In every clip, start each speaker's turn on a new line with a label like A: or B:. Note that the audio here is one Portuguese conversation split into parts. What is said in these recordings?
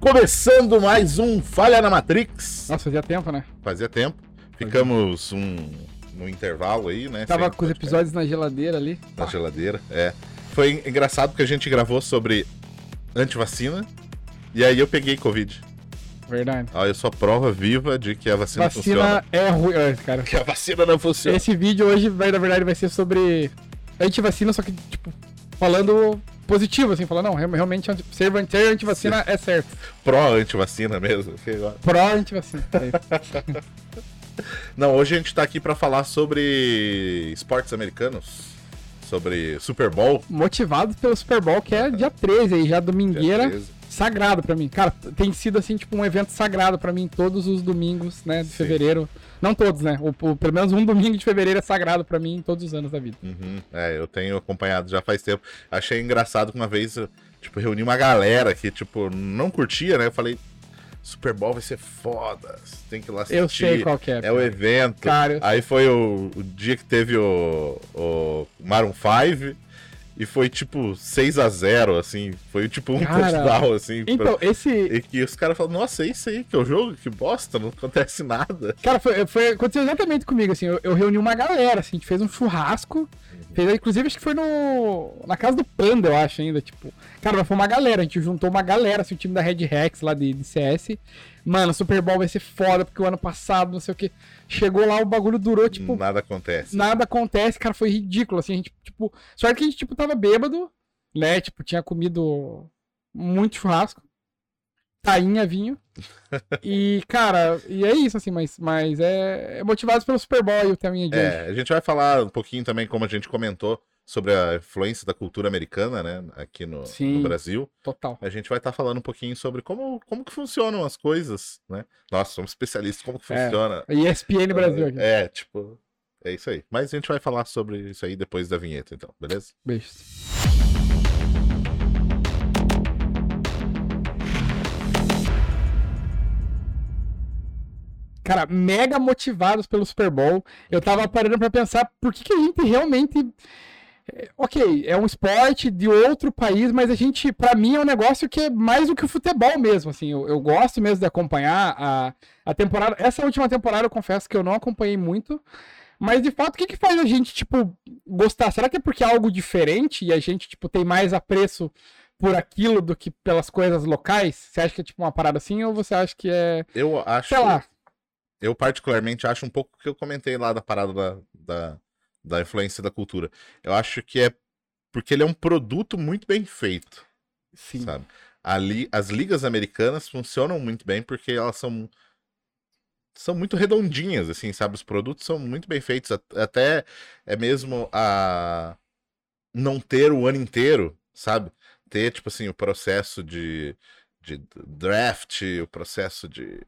A: começando mais um Falha na Matrix.
B: Nossa, fazia tempo, né?
A: Fazia tempo. Ficamos um, um intervalo aí, né?
B: Tava
A: Sem
B: com os
A: podcast
B: episódios na geladeira ali.
A: Na geladeira, é. Foi en- engraçado porque a gente gravou sobre antivacina e aí eu peguei Covid.
B: Verdade.
A: Ah, eu sou a prova viva de que a vacina, funciona.
B: Vacina é ruim, é, cara.
A: Que a vacina não funciona.
B: Esse vídeo hoje, vai, na verdade, vai ser sobre antivacina, só que, tipo, falando positivo, assim, falando, não, real- realmente anti- ser anti- ser antivacina é certo.
A: Pró-antivacina mesmo. que agora-
B: Pró antivacina. É isso.
A: Não, hoje a gente tá aqui pra falar sobre esportes americanos, sobre Super Bowl.
B: Motivados pelo Super Bowl, que é dia 13 aí, já domingueira.
A: 13.
B: Sagrado pra mim. Cara, tem sido assim, tipo, um evento sagrado pra mim todos os domingos, né, de
A: Sim.
B: fevereiro. Não todos, né? O, o- pelo menos um domingo de fevereiro é sagrado pra mim em todos os anos da vida.
A: Uhum, É, eu tenho acompanhado já faz tempo. Achei engraçado que uma vez, eu, tipo, reuni uma galera que, tipo, não curtia, né? Eu falei, Super Bowl vai ser foda, você tem que ir lá assistir.
B: Eu sei qual que é.
A: É o evento.
B: Cara, eu-
A: Aí foi o, o dia que teve o, o Maroon 5 e foi, tipo, 6 a 0 assim. Foi, tipo, um
B: Cara,
A: touchdown, assim.
B: Então,
A: pra-
B: esse.
A: E que os caras falam, nossa, é isso aí que é o jogo? Que bosta, não acontece nada.
B: Cara, foi, foi- aconteceu exatamente comigo, assim. Eu, eu reuni uma galera, assim, a gente fez um churrasco. Fez, inclusive, acho que foi no. Na casa do Panda, eu acho, ainda, tipo. Cara, mas foi uma galera, a gente juntou uma galera, assim, o time da Red Rex lá de, de CS. Mano, Super Bowl vai ser foda, porque o ano passado, não sei o que. Chegou lá, o bagulho durou, tipo,
A: nada acontece.
B: nada acontece, cara, foi ridículo, assim, a gente, tipo, sorte que a gente, tipo, tava bêbado, né, tipo, tinha comido muito churrasco, tainha, vinho, e, cara, e é isso, assim, mas, mas é, é motivados pelo Super Bowl aí o teminha de hoje.
A: É, a gente vai falar um pouquinho também, como a gente comentou, sobre a influência da cultura americana, né, aqui no,
B: Sim.
A: no Brasil.
B: total.
A: A gente vai estar falando um pouquinho sobre como, como que funcionam as coisas, né? Nossa, somos especialistas, como que
B: É.
A: funciona.
B: E ESPN Brasil aqui,
A: É, tipo, é isso aí. Mas a gente vai falar sobre isso aí depois da vinheta, então, beleza?
B: beijos. Cara, mega motivados pelo Super Bowl. Eu tava parando pra pensar por que, que a gente realmente. é, Ok, é um esporte de outro país, mas a gente, pra mim, é um negócio que é mais do que o futebol mesmo. Assim, eu, eu gosto mesmo de acompanhar a, a temporada. Essa última temporada, eu confesso que eu não acompanhei muito. Mas de fato, o que, que faz a gente, tipo, gostar? Será que é porque é algo diferente e a gente, tipo, tem mais apreço por aquilo do que pelas coisas locais? Você acha que é tipo uma parada assim ou você acha que é.
A: Eu acho...
B: Sei lá.
A: eu particularmente acho um pouco o que eu comentei lá da parada da, da, da influência da cultura. Eu acho que é porque ele é um produto muito bem feito,
B: Sim.
A: sabe? Ali, as ligas americanas funcionam muito bem porque elas são são muito redondinhas, assim, sabe? Os produtos são muito bem feitos, at- até é mesmo a não ter o ano inteiro, sabe? Ter, tipo assim, o processo de, de draft, o processo de,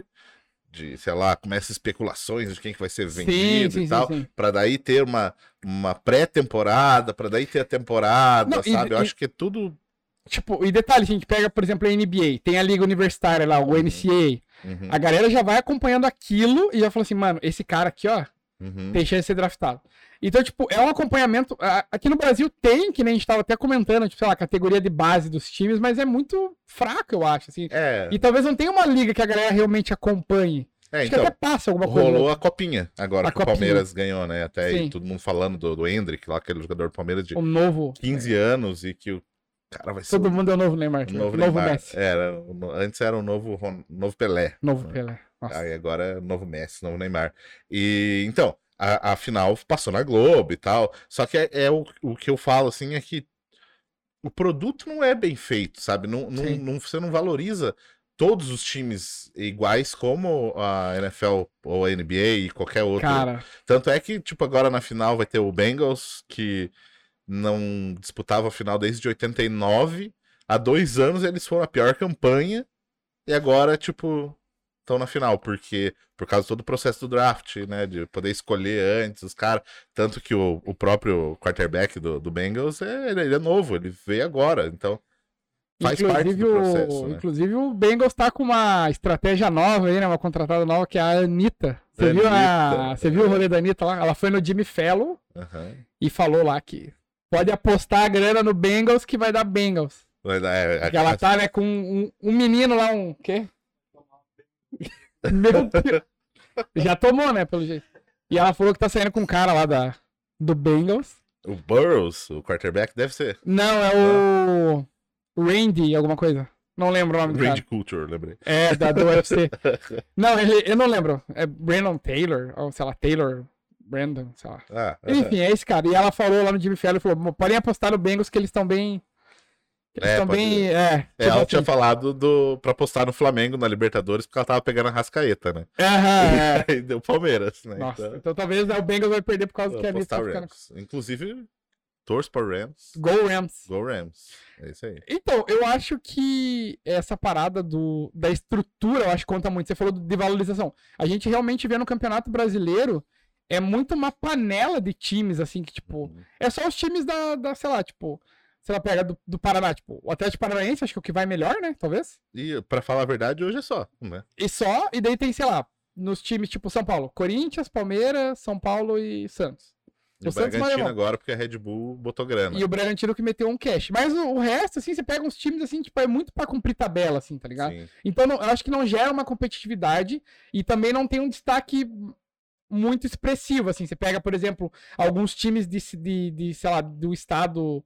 A: de, sei lá, começa especulações de quem que vai ser vendido e tal,
B: sim.
A: Pra daí ter uma, uma pré-temporada, pra daí ter a temporada,
B: Não, e-
A: sabe? Eu
B: e-
A: acho que é tudo...
B: Tipo, e detalhe, a gente pega, por exemplo, a NBA, tem a Liga Universitária lá, o NCAA.
A: Uhum,
B: A galera já vai acompanhando aquilo e já fala assim, mano, esse cara aqui, ó,
A: uhum.
B: tem chance de ser draftado. Então, tipo, é um acompanhamento. a- Aqui no Brasil tem, que nem a gente tava até comentando, tipo, sei lá, a categoria de base dos times, mas é muito fraca, eu acho, assim.
A: É,
B: E talvez não tenha uma liga que a galera realmente acompanhe.
A: é,
B: Acho que
A: então,
B: até passa alguma coisa.
A: rolou a copinha agora
B: A
A: que o
B: copinha.
A: Palmeiras ganhou, né? Até aí,
B: Sim.
A: todo mundo falando do, do Hendrick, lá, aquele jogador do Palmeiras de
B: Um novo.
A: 15 anos e que o cara vai ser
B: Todo
A: o
B: mundo é o novo Neymar.
A: novo,
B: Novo,
A: Neymar. é.
B: Messi.
A: Era, o no- antes era o novo, Ron- novo Pelé.
B: Novo Pelé. Nossa.
A: Ah. Aí agora é novo Messi, novo Neymar. E então, a, a final passou na Globo e tal. Só que é, é o, o que eu falo assim é que o produto não é bem feito, sabe? Não, não,
B: Sim.
A: não- você não valoriza todos os times iguais como a NFL ou a NBA e qualquer outro.
B: Cara,
A: Tanto é que, tipo, agora na final vai ter o Bengals, que não disputava a final desde 89. Há dois anos eles foram a pior campanha. E agora, tipo, estão na final, porque por causa de todo o processo do draft, né? De poder escolher antes os caras. Tanto que o, o próprio quarterback do, do Bengals, é, ele, ele é novo, ele veio agora. Então, faz parte
B: inclusive,
A: do processo,
B: o,
A: né?
B: inclusive o Bengals tá com uma estratégia nova aí, né? Uma contratada nova, que é a Anitta. Você viu, a,
A: Anitta. é.
B: você viu o rolê da Anitta lá? Ela foi no Jimmy Fellow
A: Aham.
B: e falou lá que pode apostar a grana no Bengals que vai dar Bengals.
A: Mas, é,
B: Porque ela tá, né, com um, um menino lá, um quê? Meu Deus. Já tomou, né, pelo jeito. E ela falou que tá saindo com um cara lá da, do Bengals.
A: O Burroughs, o quarterback, deve ser.
B: Não, é o Randy, alguma coisa. Não lembro o nome do cara.
A: Range Culture, lembrei.
B: É, da, do UFC. Não, ele, eu não lembro. É Brandon Taylor, ou sei lá, Taylor Brandon, sei lá.
A: Ah, aham.
B: Enfim, é esse cara. E ela falou lá no Jimmy Fallon, falou, "Mo- podem apostar no Bengals que eles estão bem... que Eles
A: É,
B: estão
A: pode-
B: bem... É,
A: É, ela tinha falado do, pra postar no Flamengo, na Libertadores, porque ela tava pegando a Rascaeta, né?
B: Aham, é.
A: Aí deu Palmeiras, né?
B: Nossa, então,
A: então,
B: talvez né, o Bengals vai perder por causa
A: vou
B: que a Anitta
A: postar
B: tá ficando...
A: Rams. Inclusive, torço pra Rams.
B: Go Rams.
A: Go Rams. É isso aí.
B: Então, eu acho que essa parada do, da estrutura, eu acho que conta muito. Você falou de valorização. A gente realmente vê no Campeonato Brasileiro, é muito uma panela de times, assim, que, tipo...
A: Uhum.
B: É só os times da, da sei lá, tipo... Sei lá, pega do, do Paraná, tipo... O Atlético Paranaense, acho que é o que vai melhor, né? Talvez.
A: E pra falar a verdade, hoje é só, né?
B: E só, e daí tem, sei lá, nos times tipo São Paulo, Corinthians, Palmeiras, São Paulo e Santos.
A: E
B: O
A: o,
B: Santos vai
A: Bragantino
B: levar.
A: agora, porque a Red Bull botou grana.
B: E o Bragantino que meteu um cash. Mas o, o resto, assim, você pega uns times assim, tipo, é muito pra cumprir tabela, assim, tá ligado?
A: Sim.
B: Então não- eu acho que não gera uma competitividade e também não tem um destaque muito expressivo, assim. Você pega, por exemplo, alguns times de, ci- de, de, sei lá, do estado.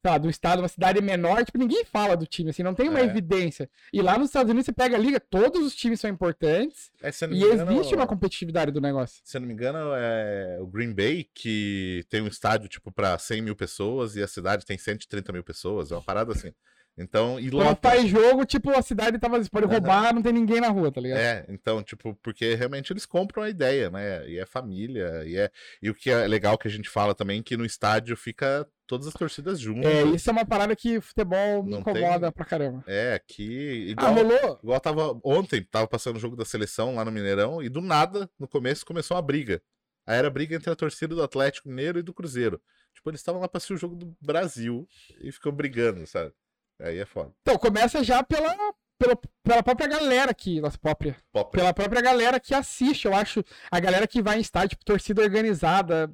B: Sei lá, do estado, uma cidade menor, tipo, ninguém fala do time, assim, não tem uma
A: É.
B: evidência. E lá nos Estados Unidos você pega a liga, todos os times são importantes
A: É, se eu não
B: e
A: me engano,
B: existe uma competitividade do negócio.
A: Se eu não me engano, é o Green Bay, que tem um estádio, tipo, pra 100 mil pessoas e a cidade tem 130 mil pessoas, é uma parada assim. Então, e
B: Quando
A: lota.
B: faz jogo, tipo, a cidade tava, você pode
A: Aham.
B: roubar, não tem ninguém na rua, tá ligado?
A: É, então, tipo, porque realmente eles compram a ideia, né? E é família, e é. E o que é legal que a gente fala também, é que no estádio fica todas as torcidas juntas.
B: É, isso é uma parada que futebol me
A: Uhum. Não
B: incomoda
A: tem-
B: pra caramba.
A: É, aqui.
B: Ah,
A: Igual,
B: rolou?
A: igual tava. Ontem tava passando o jogo da seleção lá no Mineirão, e do nada, no começo, começou uma briga. Aí era briga entre a torcida do Atlético Mineiro e do Cruzeiro. Tipo, eles estavam lá pra assistir o jogo do Brasil e ficou brigando, sabe? Aí é foda.
B: Então, começa já pela, pela, pela própria galera aqui, nossa própria.
A: Pop.
B: Pela própria galera que assiste, eu acho. A galera que vai em estádio, tipo, torcida organizada.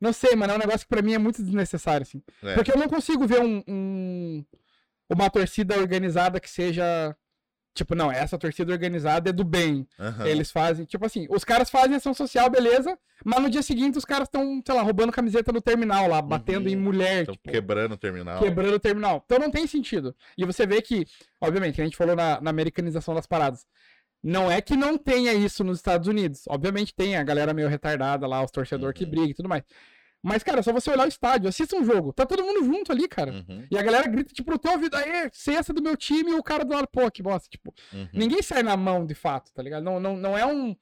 B: Não sei, mano, é um negócio que pra mim é muito desnecessário, assim.
A: É.
B: Porque eu não consigo ver um, um- uma torcida organizada que seja. Tipo, não, essa torcida organizada é do bem.
A: Aham.
B: Eles fazem, tipo assim, os caras fazem ação social, beleza, mas no dia seguinte os caras estão, sei lá, roubando camiseta no terminal lá, batendo em mulher,
A: Uhum. Tão
B: tipo,
A: quebrando o terminal.
B: quebrando o terminal. Então não tem sentido. E você vê que, obviamente, que a gente falou na, na americanização das paradas. Não é que não tenha isso nos Estados Unidos. Obviamente tem a galera meio retardada lá, os torcedores que
A: Uhum.
B: brigam e tudo mais. Mas, cara, é só você olhar o estádio, assista um jogo. Tá todo mundo junto ali, cara.
A: Uhum,
B: E a galera grita, tipo, no teu ouvido, aê, cesta do meu time e o cara do lado, pô, que bosta. Tipo,
A: uhum.
B: Ninguém sai na mão, de fato, tá ligado? Não, não, não é um.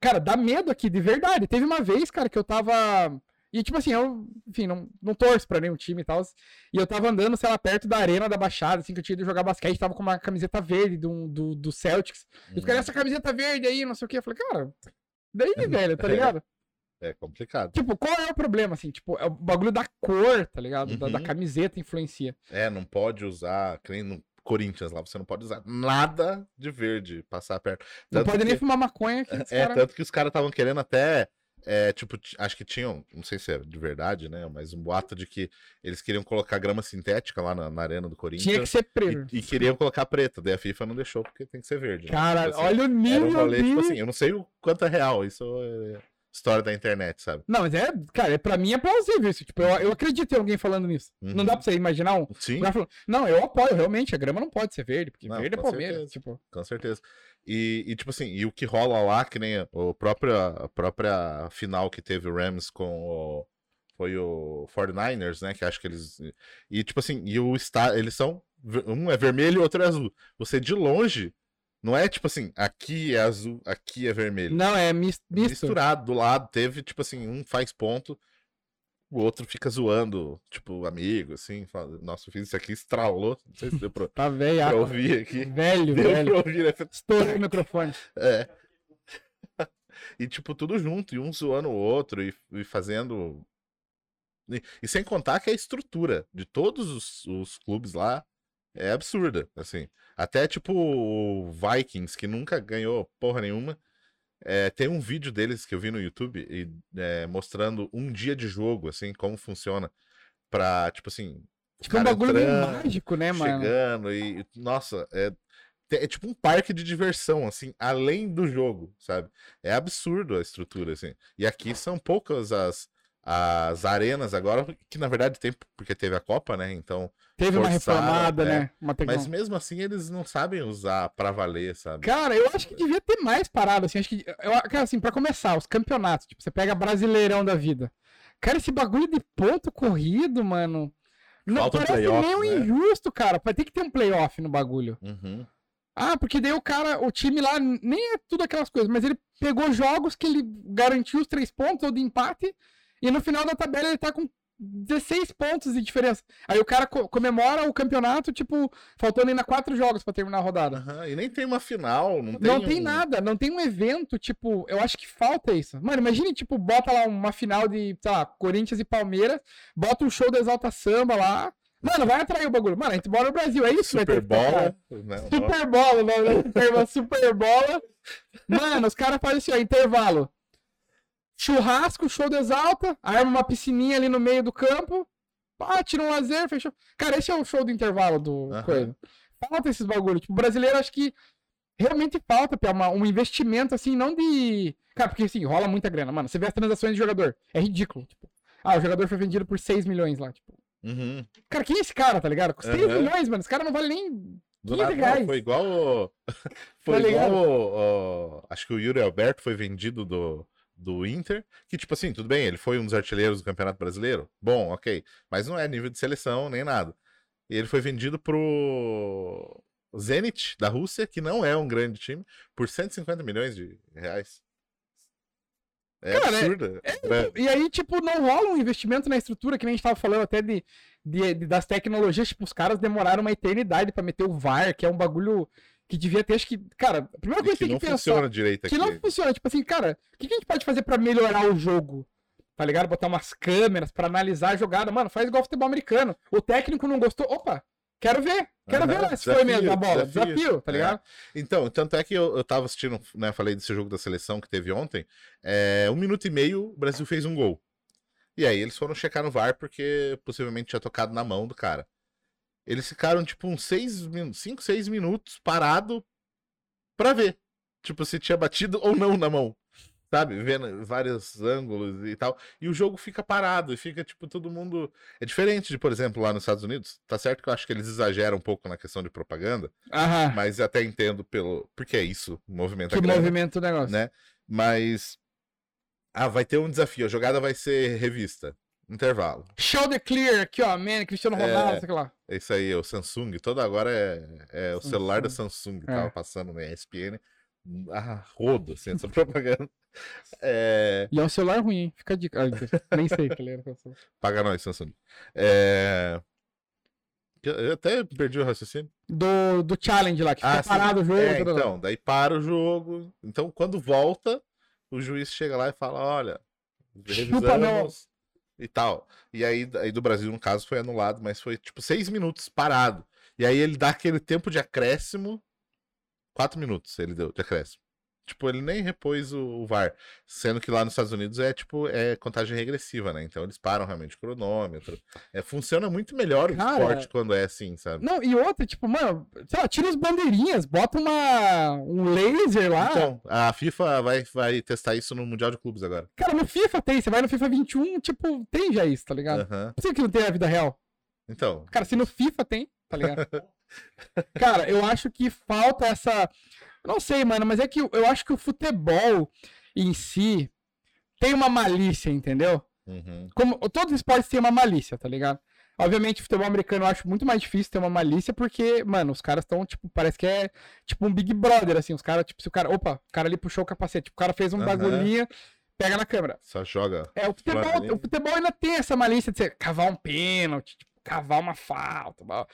B: Cara, dá medo aqui, de verdade. Teve uma vez, cara, que eu tava. E, tipo assim, eu, enfim, não, não torço pra nenhum time e tal. E eu tava andando, sei lá, perto da arena da Baixada, assim, que eu tinha ido jogar basquete, tava com uma camiseta verde do, do, do Celtics. E os
A: Uhum.
B: caras, essa camiseta verde aí, não sei o quê. Eu falei, cara, daí, velho, tá ligado?
A: É complicado.
B: Tipo, qual é o problema, assim? Tipo, é o bagulho da cor, tá ligado? Da, da
A: Uhum.
B: camiseta influencia.
A: É, não pode usar, que nem no Corinthians lá, você não pode usar nada de verde, passar perto.
B: Não
A: Tanto
B: pode
A: que-
B: nem fumar maconha que os
A: É,
B: caras.
A: tanto que os caras estavam querendo até. é, tipo, t- acho que tinham, não sei se é de verdade, né? Mas um boato de que eles queriam colocar grama sintética lá na, na arena do
B: Tinha que
A: Corinthians.
B: ser preto.
A: E, e queriam colocar preta, daí a FIFA não deixou porque tem que ser verde. né?
B: Cara,
A: Tipo assim,
B: olha o
A: era
B: nível
A: um rolê,
B: de...
A: tipo assim, eu não sei o quanto é real, isso é história da internet, sabe?
B: Não, mas é, cara, é, pra mim é plausível isso. Tipo, eu, eu acredito em alguém falando nisso.
A: Uhum.
B: Não dá pra você imaginar um.
A: Sim,
B: cara falando, não, eu apoio, realmente, a grama não pode ser verde, porque
A: Não,
B: verde é
A: com
B: Palmeiras.
A: certeza.
B: Tipo,
A: com certeza. E, e, tipo assim, e o que rola lá, que nem o próprio, a própria final que teve o Rams com o. Foi o 49ers, né? Que acho que eles. E tipo assim, e o está, eles são. ver- Um é vermelho e o outro é azul. Você de longe, não é tipo assim, aqui é azul, aqui é vermelho.
B: não, é mis- misto.
A: Misturado do lado, teve tipo assim, um faz ponto, o outro fica zoando, tipo, amigo, assim, fala, nossa, eu fiz isso aqui, estralou. Não sei se deu pra,
B: Tá velho,
A: pra
B: ah,
A: ouvir aqui.
B: velho,
A: Deu
B: velho.
A: pra ouvir né? essa
B: Estourou o microfone.
A: é. E, tipo, tudo junto, e um zoando o outro, e, e fazendo. E, e sem contar que a estrutura de todos os, os clubes lá é absurda, assim. Até, tipo, o Vikings, que nunca ganhou porra nenhuma. é, tem um vídeo deles que eu vi no YouTube e, é, mostrando um dia de jogo, assim, como funciona. Pra, tipo assim,
B: Tipo, é um
A: Cara,
B: bagulho meio
A: entrando,
B: mágico, né, mano?
A: chegando e nossa, é é tipo um parque de diversão assim, além do jogo, sabe? É absurdo a estrutura assim. E aqui são poucas as as arenas agora que na verdade tem porque teve a Copa, né? Então,
B: Teve uma
A: forçaram,
B: reformada,
A: é.
B: né? Uma tecno-
A: mas mesmo assim eles não sabem usar pra valer, sabe?
B: Cara, eu acho que devia ter mais parado, assim. Acho que. Eu, cara, assim, pra começar, os campeonatos. Tipo, você pega brasileirão da vida. Cara, esse bagulho de ponto corrido, mano. Não,
A: Falta um
B: parece
A: playoff,
B: meio
A: né?
B: injusto, cara. Vai ter que ter um playoff no bagulho.
A: Uhum.
B: Ah, porque daí o cara, o time lá, nem é tudo aquelas coisas, mas ele pegou jogos que ele garantiu os três pontos ou de empate, e no final da tabela ele tá com 16 pontos de diferença. Aí o cara co- comemora o campeonato, tipo, faltando ainda quatro jogos pra terminar a rodada.
A: Aham, E nem tem uma final, não tem
B: Não tem
A: um-
B: nada, não tem um evento, tipo, eu acho que falta isso. Mano, imagine, tipo, bota lá uma final de, sei lá, Corinthians e Palmeiras, bota um show do Exalta Samba lá. Mano, vai atrair o bagulho. Mano, a gente mora no Brasil, é isso, vai
A: Super
B: ter que tocar.
A: Bowl. né?
B: Super bola, né? Super, super bola. Mano, os caras fazem assim, ó, intervalo. Churrasco, show de exalta, arma uma piscininha ali no meio do campo. Pá, tira um lazer, fechou. Cara, esse é o show do intervalo do
A: Aham.
B: coisa. Falta esses bagulho. Tipo, o brasileiro acho que realmente falta Pia, uma- um investimento assim, não de. Cara, porque assim, rola muita grana, mano. Você vê as transações de jogador. É ridículo. Tipo, ah, o jogador foi vendido por 6 milhões lá. Tipo,
A: Uhum.
B: cara, quem é esse cara, tá ligado? Com 6
A: Aham.
B: milhões, mano. Esse cara não vale nem
A: Do
B: Que
A: nada,
B: legais.
A: não, foi igual. o- Foi
B: Tá
A: igual.
B: ligado?
A: o- o- Acho que o Yuri Alberto foi vendido do, do Inter. Que, tipo assim, tudo bem, ele foi um dos artilheiros do Campeonato Brasileiro. Bom, ok. Mas não é nível de seleção nem nada. E ele foi vendido pro Zenit da Rússia, que não é um grande time, por 150 milhões de reais. É
B: Cara, é-
A: absurdo. né?
B: E aí, tipo, não rola um investimento na estrutura, que nem a gente tava falando até de, de- de- das tecnologias. Tipo, os caras demoraram uma eternidade pra meter o VAR, que é um bagulho que devia ter, acho que. Cara, a primeira
A: E
B: coisa
A: que
B: que tem
A: não
B: que pensar.
A: funciona direito aqui.
B: Que não funciona. Tipo assim, cara, o que que a gente pode fazer pra melhorar o jogo? Tá ligado? Botar umas câmeras pra analisar a jogada. Mano, faz igual futebol americano. O técnico não gostou. Opa, quero ver. Quero
A: Aham,
B: ver lá se foi
A: desafio,
B: mesmo a bola.
A: desafio.
B: Desafio, tá
A: É.
B: ligado?
A: Então, tanto é que eu, eu tava assistindo, né? Falei desse jogo da seleção que teve ontem. É, um minuto e meio, o Brasil fez um gol. E aí eles foram checar no VAR porque possivelmente tinha tocado na mão do cara. Eles ficaram, tipo, uns 5, 6 minutos parado pra ver. Tipo, se tinha batido ou não na mão. Sabe? Vendo vários ângulos e tal. E o jogo fica parado e fica, tipo, todo mundo. É diferente de, por exemplo, lá nos Estados Unidos. Tá certo que eu acho que eles exageram um pouco na questão de propaganda.
B: Aham.
A: Mas até entendo pelo. Porque é isso, o movimento é
B: Que
A: grande.
B: movimento o negócio.
A: Né? Mas. Ah, vai ter um desafio. A jogada vai ser revista. Intervalo.
B: Show the clear aqui, ó. Man, Cristiano
A: É.
B: Ronaldo, sei lá.
A: É isso aí, é o Samsung. Todo agora é, é o
B: Samsung. É.
A: celular da Samsung. Tava passando na ESPN. Ah, rodo, assim, essa propaganda. É,
B: E é um celular ruim, hein? Fica a dica. Ah, mentira. nem sei que ele era com celular.
A: Paga nós, Samsung. É, Eu, eu até perdi o raciocínio.
B: Do, do challenge lá, que fica
A: Ah, sim.
B: parado o jogo.
A: É,
B: tá, tá, tá.
A: então, daí para o jogo. Então, quando volta, o juiz chega lá e fala: olha,
B: Chupa, não.
A: revisamos e tal. E aí, aí do Brasil, no caso, foi anulado, mas foi tipo seis minutos parado. E aí ele dá aquele tempo de acréscimo. Quatro minutos ele deu de acréscimo. Tipo, ele nem repôs o, o VAR. Sendo que lá nos Estados Unidos é tipo, é contagem regressiva, né? Então eles param realmente o cronômetro. É, funciona muito melhor o
B: Cara,
A: esporte quando é assim, sabe?
B: Não, e outra, tipo, mano, sei lá, tira as bandeirinhas, bota uma, um laser lá.
A: Então, a FIFA vai, vai testar isso no Mundial de Clubes agora.
B: Cara, no FIFA tem, você vai no FIFA 21, tipo, tem já isso, tá ligado?
A: Aham.
B: Não sei que não tem na vida real.
A: Então,
B: Cara, se no FIFA tem, tá ligado? Cara, eu acho que falta essa. eu Não sei, mano, mas é que eu acho que o futebol em si tem uma malícia, entendeu?
A: uhum,
B: como todos os esportes têm uma malícia, tá ligado? Obviamente, o futebol americano eu acho muito mais difícil ter uma malícia, porque, mano, os caras estão, tipo, parece que é tipo um Big Brother, assim. Os caras, tipo, se o cara. Opa, o cara ali puxou o capacete, o cara fez um
A: Aham.
B: bagulhinho, pega na câmera.
A: só joga.
B: É, o
A: Flamengo.
B: futebol, o futebol ainda tem essa malícia de você cavar um pênalti, tipo, cavar uma falta. blá.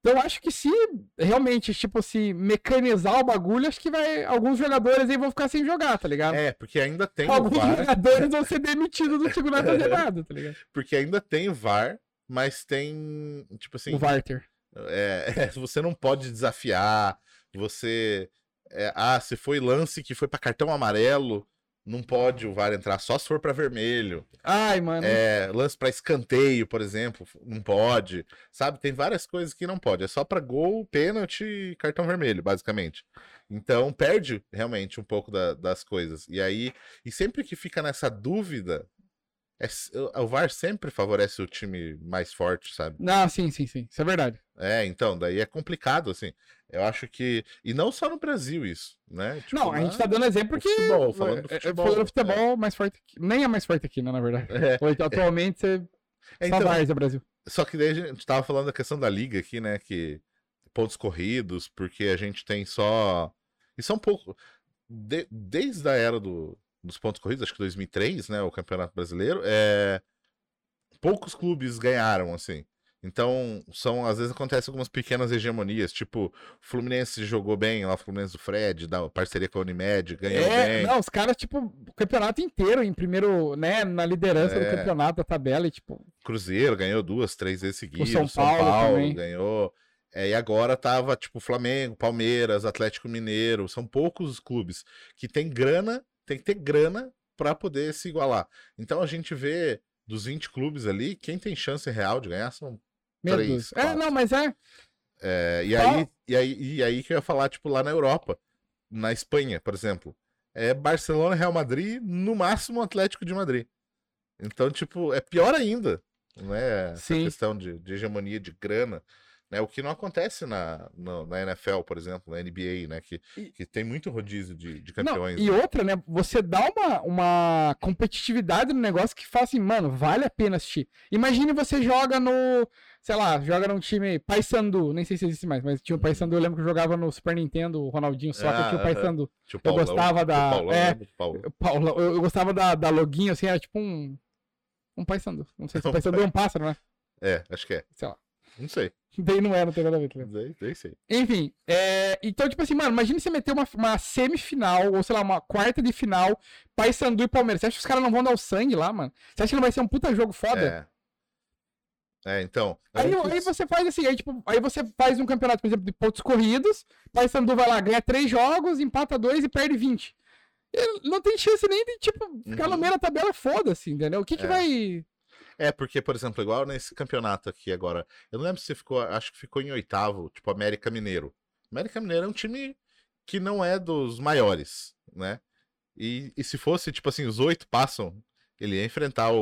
B: Então eu acho que se realmente, tipo, se mecanizar o bagulho, acho que vai. Alguns jogadores aí vão ficar sem jogar, tá um ligado?
A: É, porque ainda tem o
B: Alguns
A: VAR,
B: jogadores vão ser demitidos do time não vai fazer nada, tá ligado?
A: porque ainda tem o VAR, mas tem, tipo assim,
B: O Varter.
A: é, você não pode desafiar, você, é, ah, se foi lance que foi pra cartão amarelo, Não pode o VAR entrar só se for pra vermelho.
B: Ai, mano.
A: É, lance pra escanteio, por exemplo, não pode. Sabe, tem várias coisas que não pode. É só pra gol, pênalti e cartão vermelho, basicamente. Então perde realmente um pouco da- das coisas. E aí, e sempre que fica nessa dúvida, é s- o o VAR sempre favorece o time mais forte, sabe?
B: Não, sim, sim, sim. Isso é verdade.
A: É, então, daí é complicado, assim. Eu acho que. E não só no Brasil, isso, né? Tipo,
B: não, a
A: lá-
B: gente tá dando exemplo
A: o
B: porque.
A: futebol, falando do
B: é- é-
A: futebol, né?
B: falando do futebol, mais forte aqui. Nem é mais forte aqui, né, na verdade.
A: É,
B: Hoje, Atualmente, você é,
A: então,
B: só Várzea, Brasil.
A: só que daí a gente tava falando da questão da liga aqui, né? Que pontos corridos, porque a gente tem só. Isso é um pouco. de- desde a era do, dos pontos corridos, acho que 2003, né? O Campeonato Brasileiro, é, poucos clubes ganharam, assim. Então, são, às vezes acontecem algumas pequenas hegemonias, tipo, o Fluminense jogou bem lá, o Fluminense do Fred, da parceria com a Unimed, ganhou
B: É,
A: bem.
B: não, os caras, tipo, o campeonato inteiro em primeiro, né, na liderança
A: É.
B: do campeonato, da tabela, e tipo,
A: Cruzeiro ganhou duas, três vezes seguidas.
B: São
A: São, Paulo,
B: Paulo também.
A: ganhou. É, e agora tava, tipo, Flamengo, Palmeiras, Atlético Mineiro. São poucos os clubes que tem grana, tem que ter grana para poder se igualar. Então a gente vê dos 20 clubes ali, quem tem chance real de ganhar são.
B: meu
A: Três,
B: Deus. É,
A: quatro.
B: não, mas é,
A: É, e,
B: Qual?
A: aí, e, aí, e aí que eu ia falar, tipo, lá na Europa, na Espanha, por exemplo. É Barcelona, Real Madrid, no máximo Atlético de Madrid. Então, tipo, é pior ainda, não é? Essa
B: Sim.
A: questão de, de hegemonia de grana, né? O que não acontece na, no- na NFL, por exemplo, na NBA, né? Que,
B: E-
A: que tem muito rodízio de, de
B: Não,
A: campeões.
B: e
A: né?
B: outra, né? Você dá uma, uma competitividade no negócio que fala assim, mano, vale a pena assistir. Imagine você joga no, sei lá, joga num time Paysandu, nem sei se existe mais, mas tinha o Paysandu, eu lembro que eu jogava no Super Nintendo, o Ronaldinho só
A: Ah,
B: que tinha o
A: aham.
B: Paysandu.
A: Tinha o
B: Eu
A: Paulão,
B: gostava
A: o
B: da,
A: Paulão, né?
B: é,
A: lembra do Paulão?
B: Paulão, eu, eu gostava da, da loguinho, assim, era tipo um, um Paysandu. Não sei se o
A: Um
B: Paysandu é um pássaro, né?
A: É, acho que é.
B: Sei lá.
A: Não sei.
B: Daí não é, não tem nada a ver, tá ligado?
A: Daí, daí sei.
B: Enfim, é, então, tipo assim, mano, imagina você meter uma, uma semifinal, ou sei lá, uma quarta de final, Paysandu e Palmeiras. Você acha que os caras não vão dar o sangue lá, mano? Você acha que não vai ser um puta jogo foda?
A: É. É, então. é
B: Aí,
A: um que-
B: aí você faz assim, aí, tipo, aí você faz um campeonato, por exemplo, de pontos corridos, Paysandu vai lá, ganha três jogos, empata dois e perde 20. E não tem chance nem de, tipo, ficar
A: Uhum.
B: no meio da tabela foda-se, entendeu? O que que
A: É.
B: vai...
A: É, porque, por exemplo, igual nesse campeonato aqui agora, eu não lembro se ficou, acho que ficou em oitavo, tipo América Mineiro. América Mineiro é um time que não é dos maiores, né? E, e se fosse, tipo assim, os oito passam, ele ia enfrentar o,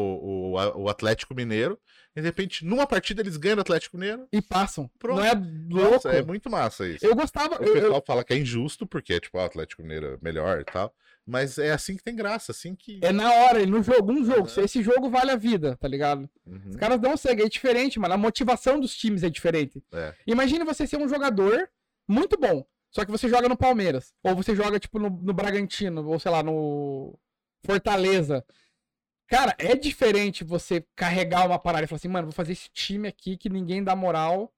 A: o, o Atlético Mineiro, e de repente, numa partida, eles ganham o Atlético Mineiro.
B: E passam.
A: Pronto.
B: Não é louco?
A: Nossa, é muito massa isso.
B: Eu gostava...
A: O
B: eu- eu-
A: pessoal fala que é injusto, porque, tipo, o Atlético Mineiro é melhor e tal. Mas é assim que tem graça, assim que.
B: É na hora, e no jogo, um jogo.
A: Aham.
B: Esse jogo vale a vida, tá ligado?
A: Uhum.
B: Os caras dão sangue, é diferente, mano. A motivação dos times é diferente.
A: É.
B: Imagina você ser um jogador muito bom, só que você joga no Palmeiras. Ou você joga, tipo, no, no Bragantino, ou sei lá, no Fortaleza. Cara, é diferente você carregar uma parada e falar assim, mano, vou fazer esse time aqui que ninguém dá moral,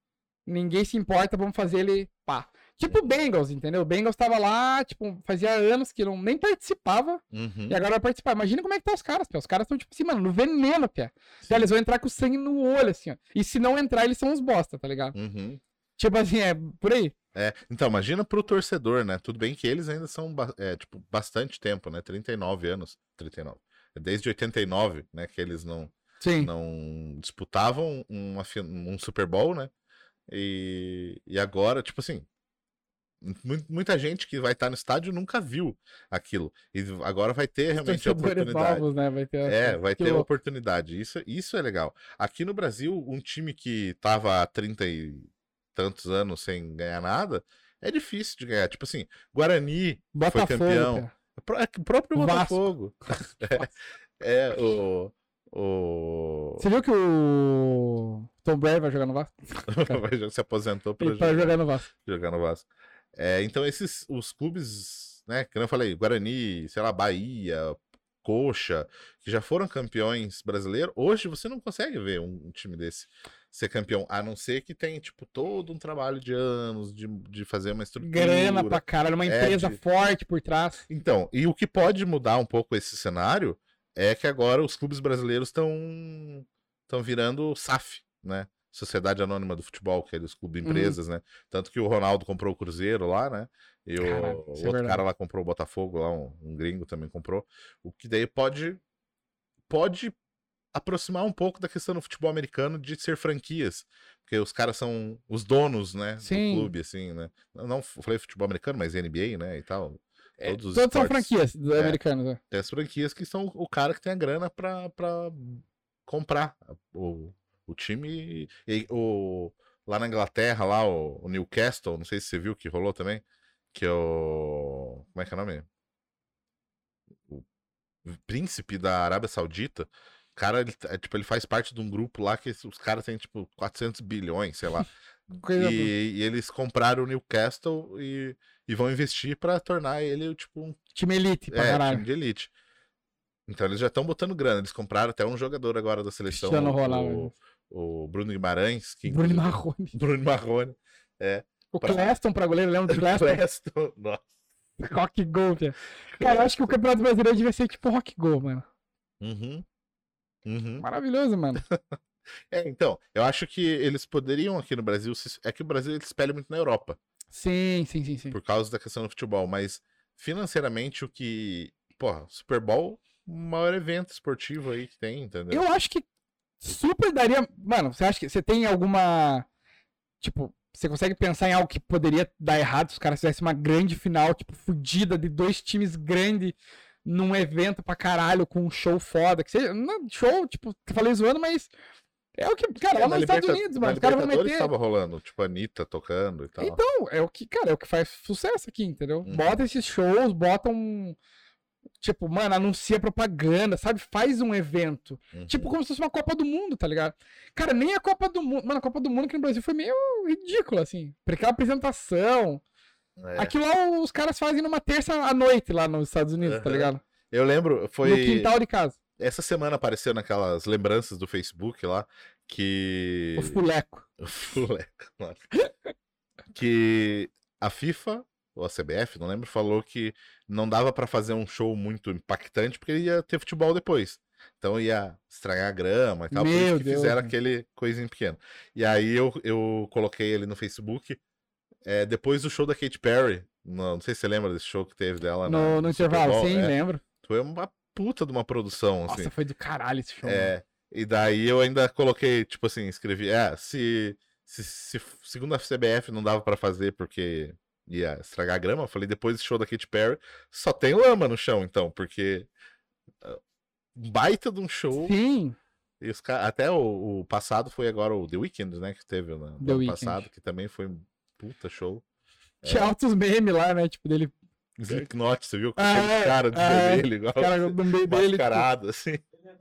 B: ninguém se importa, vamos fazer ele pá. Tipo o Bengals, entendeu? O Bengals tava lá, tipo, fazia anos que não, nem participava
A: Uhum.
B: e agora vai participar. Imagina como é que tá os caras, pia. Os caras estão, tipo assim, mano, no veneno, pia.
A: Sim.
B: Então, eles vão entrar com sangue no olho, assim, ó. E se não entrar, eles são uns bosta, tá ligado?
A: Uhum.
B: Tipo assim, é por aí.
A: É, então, imagina pro torcedor, né? Tudo bem que eles ainda são, ba- é, tipo, bastante tempo, né? 39 anos. 39. É Desde 89, né? Que eles não,
B: Sim.
A: não disputavam uma fi- um Super Bowl, né? E, e agora, tipo assim. mu- Muita gente que vai estar no estádio nunca viu aquilo. E agora vai ter realmente a
B: Torcedores
A: oportunidade.
B: novos, né? Vai ter.
A: É, vai
B: que
A: ter
B: louco.
A: oportunidade. Isso, isso é legal. Aqui no Brasil, um time que tava há 30 e tantos anos sem ganhar nada, é difícil de ganhar. Tipo assim, Guarani,
B: Botafogo,
A: campeão.
B: pia.
A: pró- é que o próprio
B: Vasco.
A: Botafogo. é, o. O.
B: Você viu que o Tom Brady vai jogar no Vasco?
A: se aposentou pra
B: Ele tá
A: jogar,
B: jogando no Vasco.
A: jogar no Vasco. É, então, esses. Os clubes, né? Que nem eu falei, Guarani, sei lá, Bahia. Coxa, que já foram campeões brasileiros, hoje você não consegue ver um, um time desse ser campeão, a não ser que tem, tipo, todo um trabalho de anos, de, de fazer uma estrutura.
B: Grana pra caralho, uma
A: É,
B: empresa
A: de-
B: forte por trás.
A: Então, e o que pode mudar um pouco esse cenário é que agora os clubes brasileiros estão estão virando SAF, né? Sociedade Anônima do Futebol, que é dos clubes
B: Uhum.
A: empresas, né? Tanto que o Ronaldo comprou o Cruzeiro lá, né? E o,
B: Caralho,
A: o
B: isso
A: outro
B: é verdade.
A: cara lá comprou o Botafogo, lá um, um gringo também comprou. O que daí pode pode aproximar um pouco da questão do futebol americano de ser franquias, porque os caras são os donos, né,
B: Sim.
A: do clube assim, né? Não, não falei futebol americano, mas NBA, né, e tal.
B: É,
A: Todos os
B: Todas são
A: esportes.
B: franquias do-
A: É.
B: americanas. né?
A: Tem as franquias que são o cara que tem a grana pra, pra comprar o, o time. E o, lá na Inglaterra, lá o, o Newcastle, não sei se você viu que rolou também, que é o. Como é que é o nome? O príncipe da Arábia Saudita. O cara, ele, é, tipo, ele faz parte de um grupo lá que os caras têm, tipo, 400 bilhões, sei lá.
B: Coisa boa.
A: E, e eles compraram o Newcastle e, e vão investir pra tornar ele, tipo, um
B: Time elite pra
A: é,
B: caralho.
A: time de elite. Então eles já estão botando grana. Eles compraram até um jogador agora da seleção.
B: Cristiano
A: o-
B: Ronaldo.
A: O, Bruno Guimarães. Que
B: Bruno
A: inclusive-
B: Marrone.
A: Bruno Marrone.
B: O
A: Pra-
B: Cleston pra goleiro, lembra do Cleston?
A: Preston. Nossa.
B: Rock Go, velho. Cara, eu acho que o Campeonato Brasileiro devia ser tipo Rock Go, mano.
A: Uhum. Uhum.
B: Maravilhoso, mano.
A: É, então, eu acho que eles poderiam aqui no Brasil. se- É que o Brasil ele espelha muito na Europa,
B: Sim, sim, sim, sim.
A: por causa da questão do futebol. Mas financeiramente, o que. Porra, Super Bowl, o maior evento esportivo aí que tem, entendeu?
B: Eu acho que super daria. Mano, você acha que você tem alguma. Tipo, você consegue pensar em algo que poderia dar errado se os caras fizessem uma grande final, tipo, fudida de dois times grandes num evento pra caralho, com um show foda. Que seja. Não, show, tipo, que eu falei zoando, mas. É o que. Cara,
A: É,
B: lá
A: na
B: nos Estados
A: Liberta-
B: Unidos,
A: na
B: mano. Os caras vão
A: Libertadores
B: meter.
A: tava rolando, tipo, a Anitta tocando e tal.
B: Então, é o que, cara, é o que faz sucesso aqui, entendeu?
A: Tá. Uhum.
B: Bota esses shows, bota um. Tipo, mano, anuncia propaganda, sabe? Faz um evento.
A: Uhum.
B: Tipo, como se fosse uma Copa do Mundo, tá ligado? Cara, nem a Copa do Mundo. Mano, a Copa do Mundo aqui no Brasil foi meio ridícula, assim. Porque aquela apresentação.
A: É.
B: Aquilo lá os caras fazem numa terça à noite lá nos Estados Unidos, tá
A: Uhum.
B: ligado?
A: Eu lembro, foi.
B: No quintal de casa.
A: Essa semana apareceu naquelas lembranças do Facebook lá que.
B: O fuleco.
A: Fuleco, mano. que a FIFA, ou a CBF, não lembro, falou que não dava pra fazer um show muito impactante porque ia ter futebol depois. Então ia estragar a grama e tal. por
B: Meu
A: isso que
B: Deus, né?
A: fizeram
B: mano.
A: aquele coisinho pequeno. E aí eu, eu coloquei ele no Facebook. é, depois do show da Katy Perry. Não, não sei se você lembra desse show que teve dela na-
B: No, no
A: Super
B: intervalo,
A: Bowl,
B: sim, né?
A: é.
B: lembro.
A: Foi uma puta de uma produção, assim.
B: Nossa, foi do caralho esse show. mano.
A: É, e daí eu ainda coloquei, tipo assim, escrevi, é, se, se, se segundo a CBF não dava pra fazer porque ia estragar a grama, eu falei, depois do show da Katy Perry, só tem lama no chão, então, porque ah, um baita de um show,
B: Sim.
A: e os ca- até o, o passado foi agora o The Weeknd, né, que teve no, no
B: The
A: ano
B: Weeknd.
A: passado, que também foi um puta show. É.
B: Tinha altos memes lá, né? Tipo, dele.
A: Slipknot, você viu? Com
B: Ah,
A: aquele
B: é,
A: cara de
B: ah, é.
A: vermelho, igual,
B: O cara no meio dele. tipo,
A: mascarado, assim.
C: tem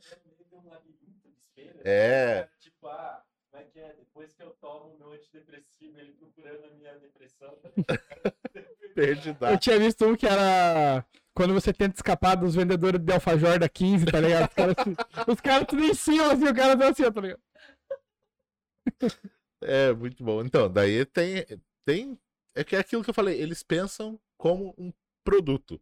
C: um labirinto de espelho.
A: É.
C: né? Tipo, ah, como é que é? Depois que eu tomo meu antidepressivo, ele procurando a minha depressão. tá ligado?
B: Eu
A: Perdidaço.
B: tinha visto um que era quando você tenta escapar dos vendedores de Alfajor da 15, tá ligado? Os caras os caras tudo em cima, assim, o cara tá assim, ó, tá ligado?
A: É, muito bom. Então, daí tem, tem. É que é aquilo que eu falei, eles pensam como um produto.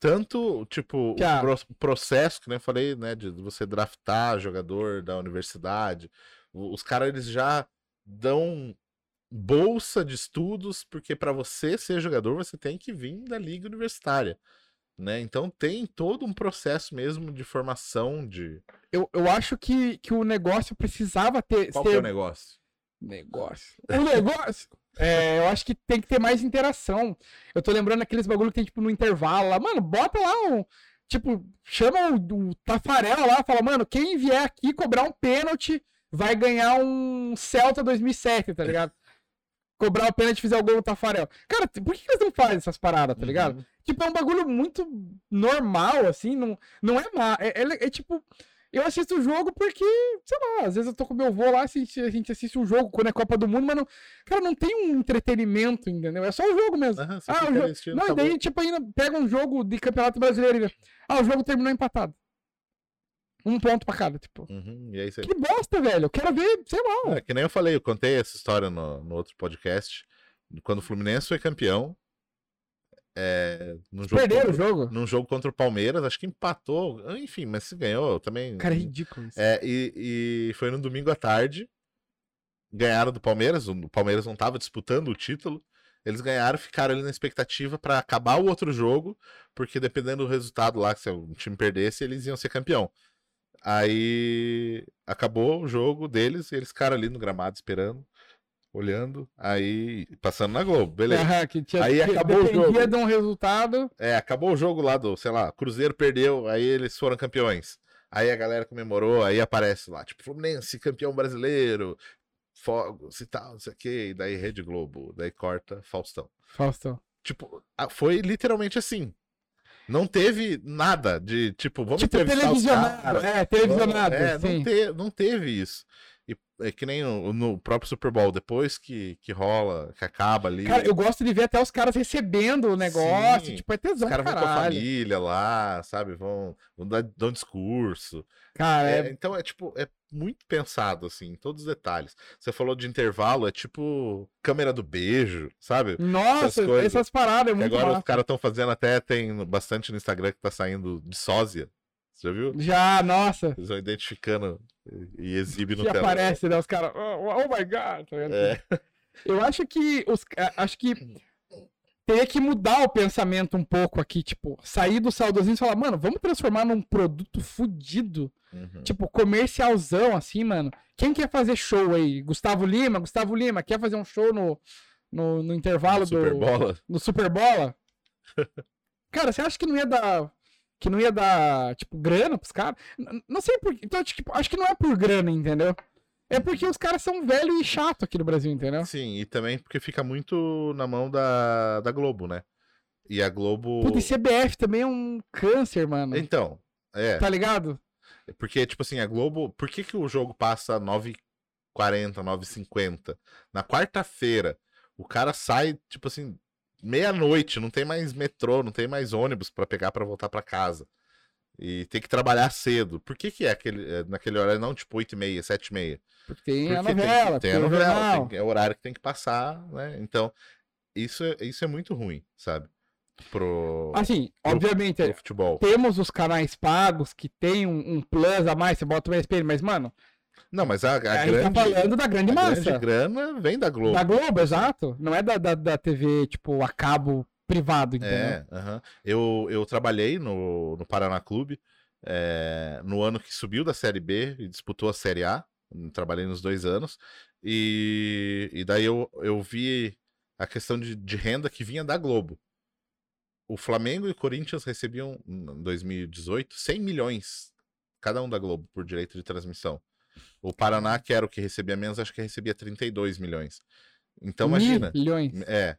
A: Tanto, tipo,
B: Que a-
A: o pro- processo, que nem eu falei, né, de você draftar jogador da universidade. O- Os caras, eles já dão bolsa de estudos, porque para você ser jogador, você tem que vir da liga universitária. Né? Então tem todo um processo mesmo de formação de
B: Eu, eu acho que, que o negócio precisava ter.
A: qual que
B: ser-
A: é o negócio.
B: negócio? O negócio? É, eu acho que tem que ter mais interação. Eu tô lembrando aqueles bagulho que tem, tipo, no intervalo lá. Mano, bota lá um. Tipo, chama o, o Tafarel lá, fala, mano, quem vier aqui cobrar um pênalti vai ganhar um Celta 2007, tá ligado? Cobrar o pênalti e fizer o gol do Tafarel. Cara, t- por que que eles não fazem essas paradas, tá ligado? Tipo, é um bagulho muito normal, assim, não, não é má. É, é- é tipo, eu assisto o jogo porque, sei lá, às vezes eu tô com meu avô lá, assisti- a gente assiste o jogo quando é Copa do Mundo, mas não. Cara, não tem um entretenimento, entendeu? É só o jogo mesmo.
A: Aham, você
B: Ah,
A: fica
B: o jo-
A: assistindo,
B: não, e
A: acabou.
B: daí, tipo, ainda pega um jogo de campeonato brasileiro e vê, Ah, o jogo terminou empatado. Um ponto pra cada, tipo.
A: Uhum, e aí você
B: Que bosta, velho. Eu quero ver, sei lá.
A: É, que nem eu falei, eu contei essa história no, no outro podcast. Quando o Fluminense foi campeão, é, num, jogo
B: Perderam o
A: contra,
B: jogo.
A: num jogo contra o Palmeiras, acho que empatou, enfim, mas se ganhou também.
B: Cara, é ridículo isso.
A: É, e, e foi no domingo à tarde. ganharam do Palmeiras, o Palmeiras não estava disputando o título. Eles ganharam, ficaram ali na expectativa para acabar o outro jogo, porque dependendo do resultado lá, que se o time perdesse, eles iam ser campeão. Aí acabou o jogo deles e eles ficaram ali no gramado esperando, olhando, aí passando na Globo, beleza.
B: Aham, que tinha-
A: Aí
B: que
A: acabou o
B: Dependia
A: jogo.
B: de um resultado.
A: É, acabou o jogo lá do, sei lá, Cruzeiro perdeu, aí eles foram campeões. Aí a galera comemorou, aí aparece lá, tipo, Fluminense campeão brasileiro, fogos e tal, não sei o quê, e daí Rede Globo, daí corta Faustão.
B: Faustão.
A: Tipo, a- foi literalmente assim. Não teve nada de, tipo, vamos
B: tipo,
A: entrevistar os
B: televisionado.
A: caras.
B: É, televisionado.
A: É, não,
B: sim.
A: te- não teve isso. E é que nem o- no próprio Super Bowl, depois que, que rola, que acaba ali.
B: Cara, eu gosto de ver até os caras recebendo o negócio.
A: Sim.
B: Tipo, é tesão
A: Os caras
B: pra
A: vão com a
B: caralho.
A: família lá, sabe? Vão, vão dar, dão discurso.
B: Cara, é,
A: É, então é tipo, é muito pensado, assim, em todos os detalhes. Você falou de intervalo, é tipo câmera do beijo, sabe?
B: Nossa,
A: essas
B: essas,
A: coisas.
B: paradas é
A: Que
B: muito
A: agora
B: massa.
A: os caras estão fazendo até, tem no- bastante no Instagram que tá saindo de sósia. Você já viu?
B: Já, nossa.
A: Eles vão identificando e e exibe no
B: Que
A: telão.
B: aparece, né? Os caras. Oh, oh my god. tá ligado?
A: É,
B: Eu acho que. Os, a- acho que. Teria que mudar o pensamento um pouco aqui, tipo, sair do saudosismo e falar, mano, vamos transformar num produto fudido.
A: uhum.
B: Tipo, comercialzão, assim, mano. Quem quer fazer show aí? Gustavo Lima? Gustavo Lima, quer fazer um show no, no, no intervalo
A: Super
B: do.
A: Bola.
B: no Super Bola. cara, você acha que não ia dar. Que não ia dar, tipo, grana pros caras? N- Não sei por Então, tipo, acho que não é por grana, entendeu? É porque os caras são velho e chato aqui no Brasil, entendeu?
A: Sim, e também porque fica muito na mão da, da Globo, né? E a Globo.
B: Puta, e CBF também é um câncer, mano.
A: Então, é.
B: Tá ligado?
A: Porque, tipo assim, a Globo. Por que, que o jogo passa a 9h40, 9h50? Na quarta-feira, o cara sai, tipo assim, meia-noite, não tem mais metrô, não tem mais ônibus pra pegar pra voltar pra casa. E tem que trabalhar cedo. Por que, que é aquele, é naquele horário, não tipo 8h30, 7h30?
B: Porque tem a
A: Porque tem que- tem,
B: novela, tem,
A: a
B: o
A: novela,
B: jornal.
A: tem que- é o horário que tem que passar, né? Então, isso, é- isso é muito ruim, sabe? Pro,
B: Assim,
A: Pro-
B: obviamente,
A: pro futebol.
B: temos os canais pagos que tem um, um plus a mais, você bota o ESPN, mas, mano,
A: Não, mas É a, a
B: a, gente
A: grande,
B: tá falando da grande
A: a
B: massa.
A: grande grana vem da Globo.
B: Da Globo, exato. Não é da, da, da TV, tipo, a cabo privado, entendeu?
A: É, aham. eu, eu trabalhei no, no Paraná Clube é, no ano que subiu da Série B e disputou a Série A. hum, Trabalhei nos dois anos. E, e daí eu, eu vi a questão de, de renda que vinha da Globo. O Flamengo e o Corinthians recebiam, hum, em 2018, 100 milhões cada um da Globo por direito de transmissão. O Paraná, que era o que recebia menos, acho que recebia 32 milhões. Então, imagina.
B: Milhões.
A: É.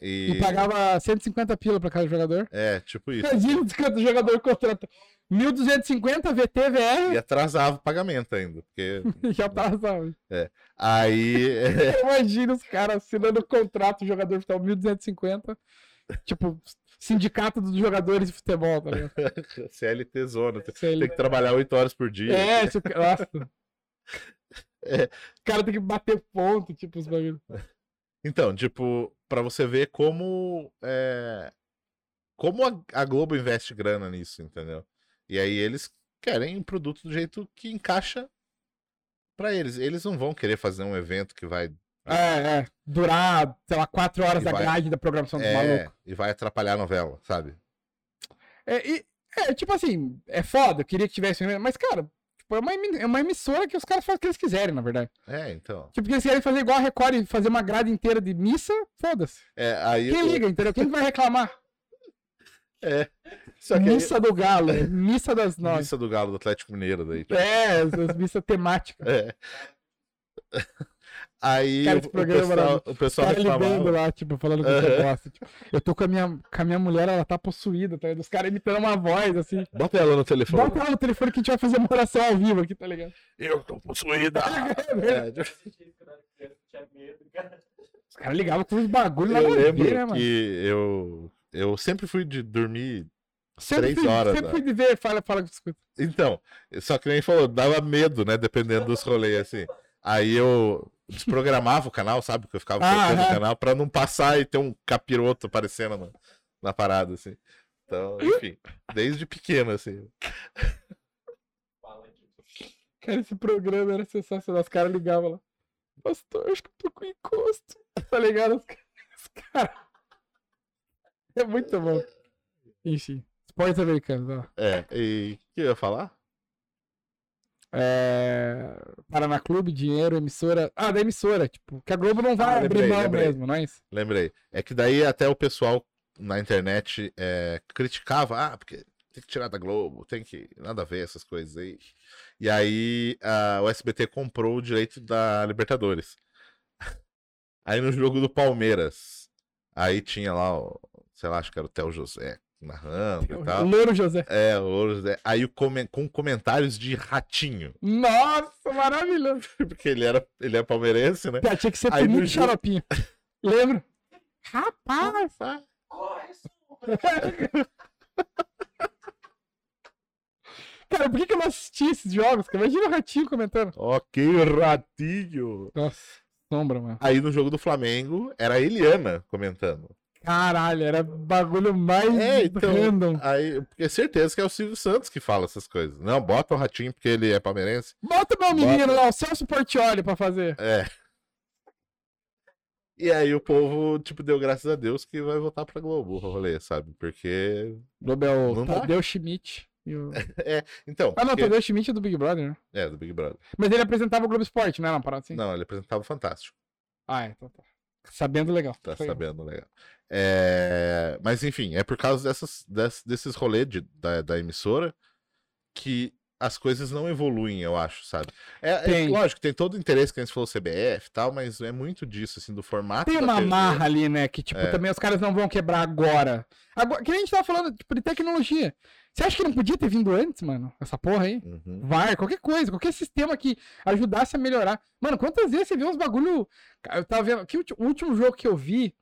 B: E... pagava 150 pila pra cada jogador.
A: É, tipo isso.
B: Imagina os quantos jogador contrata. 1.250
A: E
B: VTVR
A: atrasava o pagamento ainda. Porque...
B: já tá, sabe?
A: Aí. é,
B: Imagina os caras assinando contrato, o jogador de futebol, 1.250. Tipo, sindicato dos jogadores de futebol, tá ligado?
A: é CLT zona. Tem
B: Sei lá.
A: tem que trabalhar 8 horas por dia.
B: É, esse ca- nossa.
A: É.
B: O cara tem que bater ponto, tipo, os bagulhos.
A: Então, tipo, pra você ver como. é, Como a, a Globo investe grana nisso, entendeu? E aí eles querem um produto do jeito que encaixa pra eles. Eles não vão querer fazer um evento que vai.
B: É, é. Durar, sei lá, quatro horas
A: E
B: da
A: vai-
B: grade da programação do maluco.
A: É, e vai atrapalhar a novela, sabe?
B: É, e- é, tipo assim, é foda, eu queria que tivesse, mas, cara, tipo, é, uma, emi- é uma emissora que os caras fazem o que eles quiserem, na verdade.
A: É, então.
B: Tipo, que eles querem fazer igual a Record e fazer uma grade inteira de missa, foda-se.
A: É, aí.
B: Quem liga, entendeu? Quem que vai reclamar?
A: Só que aí-
B: Missa do Galo, missa das nove.
A: Missa do Galo do Atlético Mineiro daí. tipo,
B: É, as, as missas temáticas.
A: É. Aí
B: Cara,
A: o,
B: esse
A: o
B: programa é era-
A: pessoal, o
B: Os
A: pessoal
B: caras ligando
A: reclamava.
B: lá, tipo, falando que eu
A: Aham.
B: gosto. Tipo, eu tô com a, minha, com a minha mulher, ela tá possuída, tá ligado? Os caras imitando uma voz, assim.
A: Bota ela no telefone.
B: Bota ela no telefone que a gente vai fazer uma oração ao vivo aqui, tá ligado?
A: Eu tô possuída.
B: verdade.
A: É,
C: quando era criança, eu tinha medo, cara.
B: Os caras ligavam com uns bagulho lá
A: eu lembro
B: ver, né, mano?
A: que eu, eu sempre fui de dormir.
B: Sempre,
A: Três
B: fui-
A: horas,
B: sempre
A: né?
B: fui de ver, fala, fala com os
A: Então, só que nem falou, dava medo, né? Dependendo dos rolês, assim. Aí eu desprogramava o canal, sabe? Que eu ficava
B: Ah,
A: trocando
B: aham.
A: o canal pra não passar e ter um capiroto aparecendo na, na parada, assim. Então, enfim, desde pequeno, assim.
C: Fala aqui.
B: Cara, esse programa era sensacional. Os caras ligavam lá. pastor, acho que eu tô com encosto. Tá ligado? Os ca- os caras. É muito bom. Enfim, esportes americanos, ó.
A: É, e o que eu ia falar?
B: É... Paraná Clube, dinheiro, emissora. Ah, da emissora, tipo, que a Globo não vai
A: Ah,
B: abrir
A: lembrei,
B: mão
A: lembrei.
B: mesmo, não é isso?
A: Lembrei. É que daí até o pessoal na internet é, criticava, ah, porque tem que tirar da Globo, tem que. Nada a ver essas coisas aí. E aí a, o SBT comprou o direito da Libertadores. Aí no jogo do Palmeiras, aí tinha lá, o, sei lá, acho que era o Theo José narrando e
B: O
A: tal.
B: Louro José.
A: É, o Ouro José. Aí o come- com comentários de ratinho.
B: Nossa, maravilhoso.
A: Porque ele era, ele é palmeirense, né?
B: Já tinha que ser
A: Aí
B: por
A: no
B: muito
A: jogo-
B: xaropinho. Lembra? Rapaz!
C: Corre, sombra!
B: Cara, por que, que eu não assisti esses jogos? cara? Imagina o ratinho comentando.
A: Ok, ratinho.
B: Nossa, sombra, mano.
A: Aí no jogo do Flamengo era a Eliana comentando.
B: Caralho, era bagulho mais
A: É, então,
B: random.
A: Aí, porque é certeza que é o Silvio Santos que fala essas coisas. Não, bota o ratinho porque ele é palmeirense.
B: Bota meu menino lá, o Celso Portioli pra fazer.
A: É. E aí o povo, tipo, deu graças a Deus que vai voltar pra Globo o rolê, sabe? Porque.
B: Nobel,
A: Não dá.
B: Tadeu Schmidt. e o-
A: Então,
B: Ah, não,
A: porque-
B: Tadeu Schmidt é do Big Brother, né?
A: é, do Big Brother.
B: Mas ele apresentava o Globo Esporte, né? Não, parada assim?
A: Não, ele apresentava o Fantástico.
B: Ah, é, então tá. Sabendo legal.
A: Tá
B: Foi.
A: sabendo, legal. É, Mas enfim, é por causa dessas, dess- desses rolês de- da, da emissora que as coisas não evoluem, eu acho, sabe? É, é
B: Tem.
A: lógico, tem todo o interesse que a gente falou CBF e tal, mas é muito disso, assim, do formato.
B: Tem
A: da
B: uma
A: TV.
B: marra ali, né? Que, tipo,
A: É.
B: também os caras não vão quebrar agora. Agora, que nem a gente tava falando, tipo, de tecnologia. Você acha que não podia ter vindo antes, mano? Essa porra aí?
A: Uhum.
B: VAR, qualquer coisa, qualquer sistema que ajudasse a melhorar. Mano, quantas vezes você viu uns bagulho. Cara, Eu tava vendo. Que o ulti- o último jogo que eu vi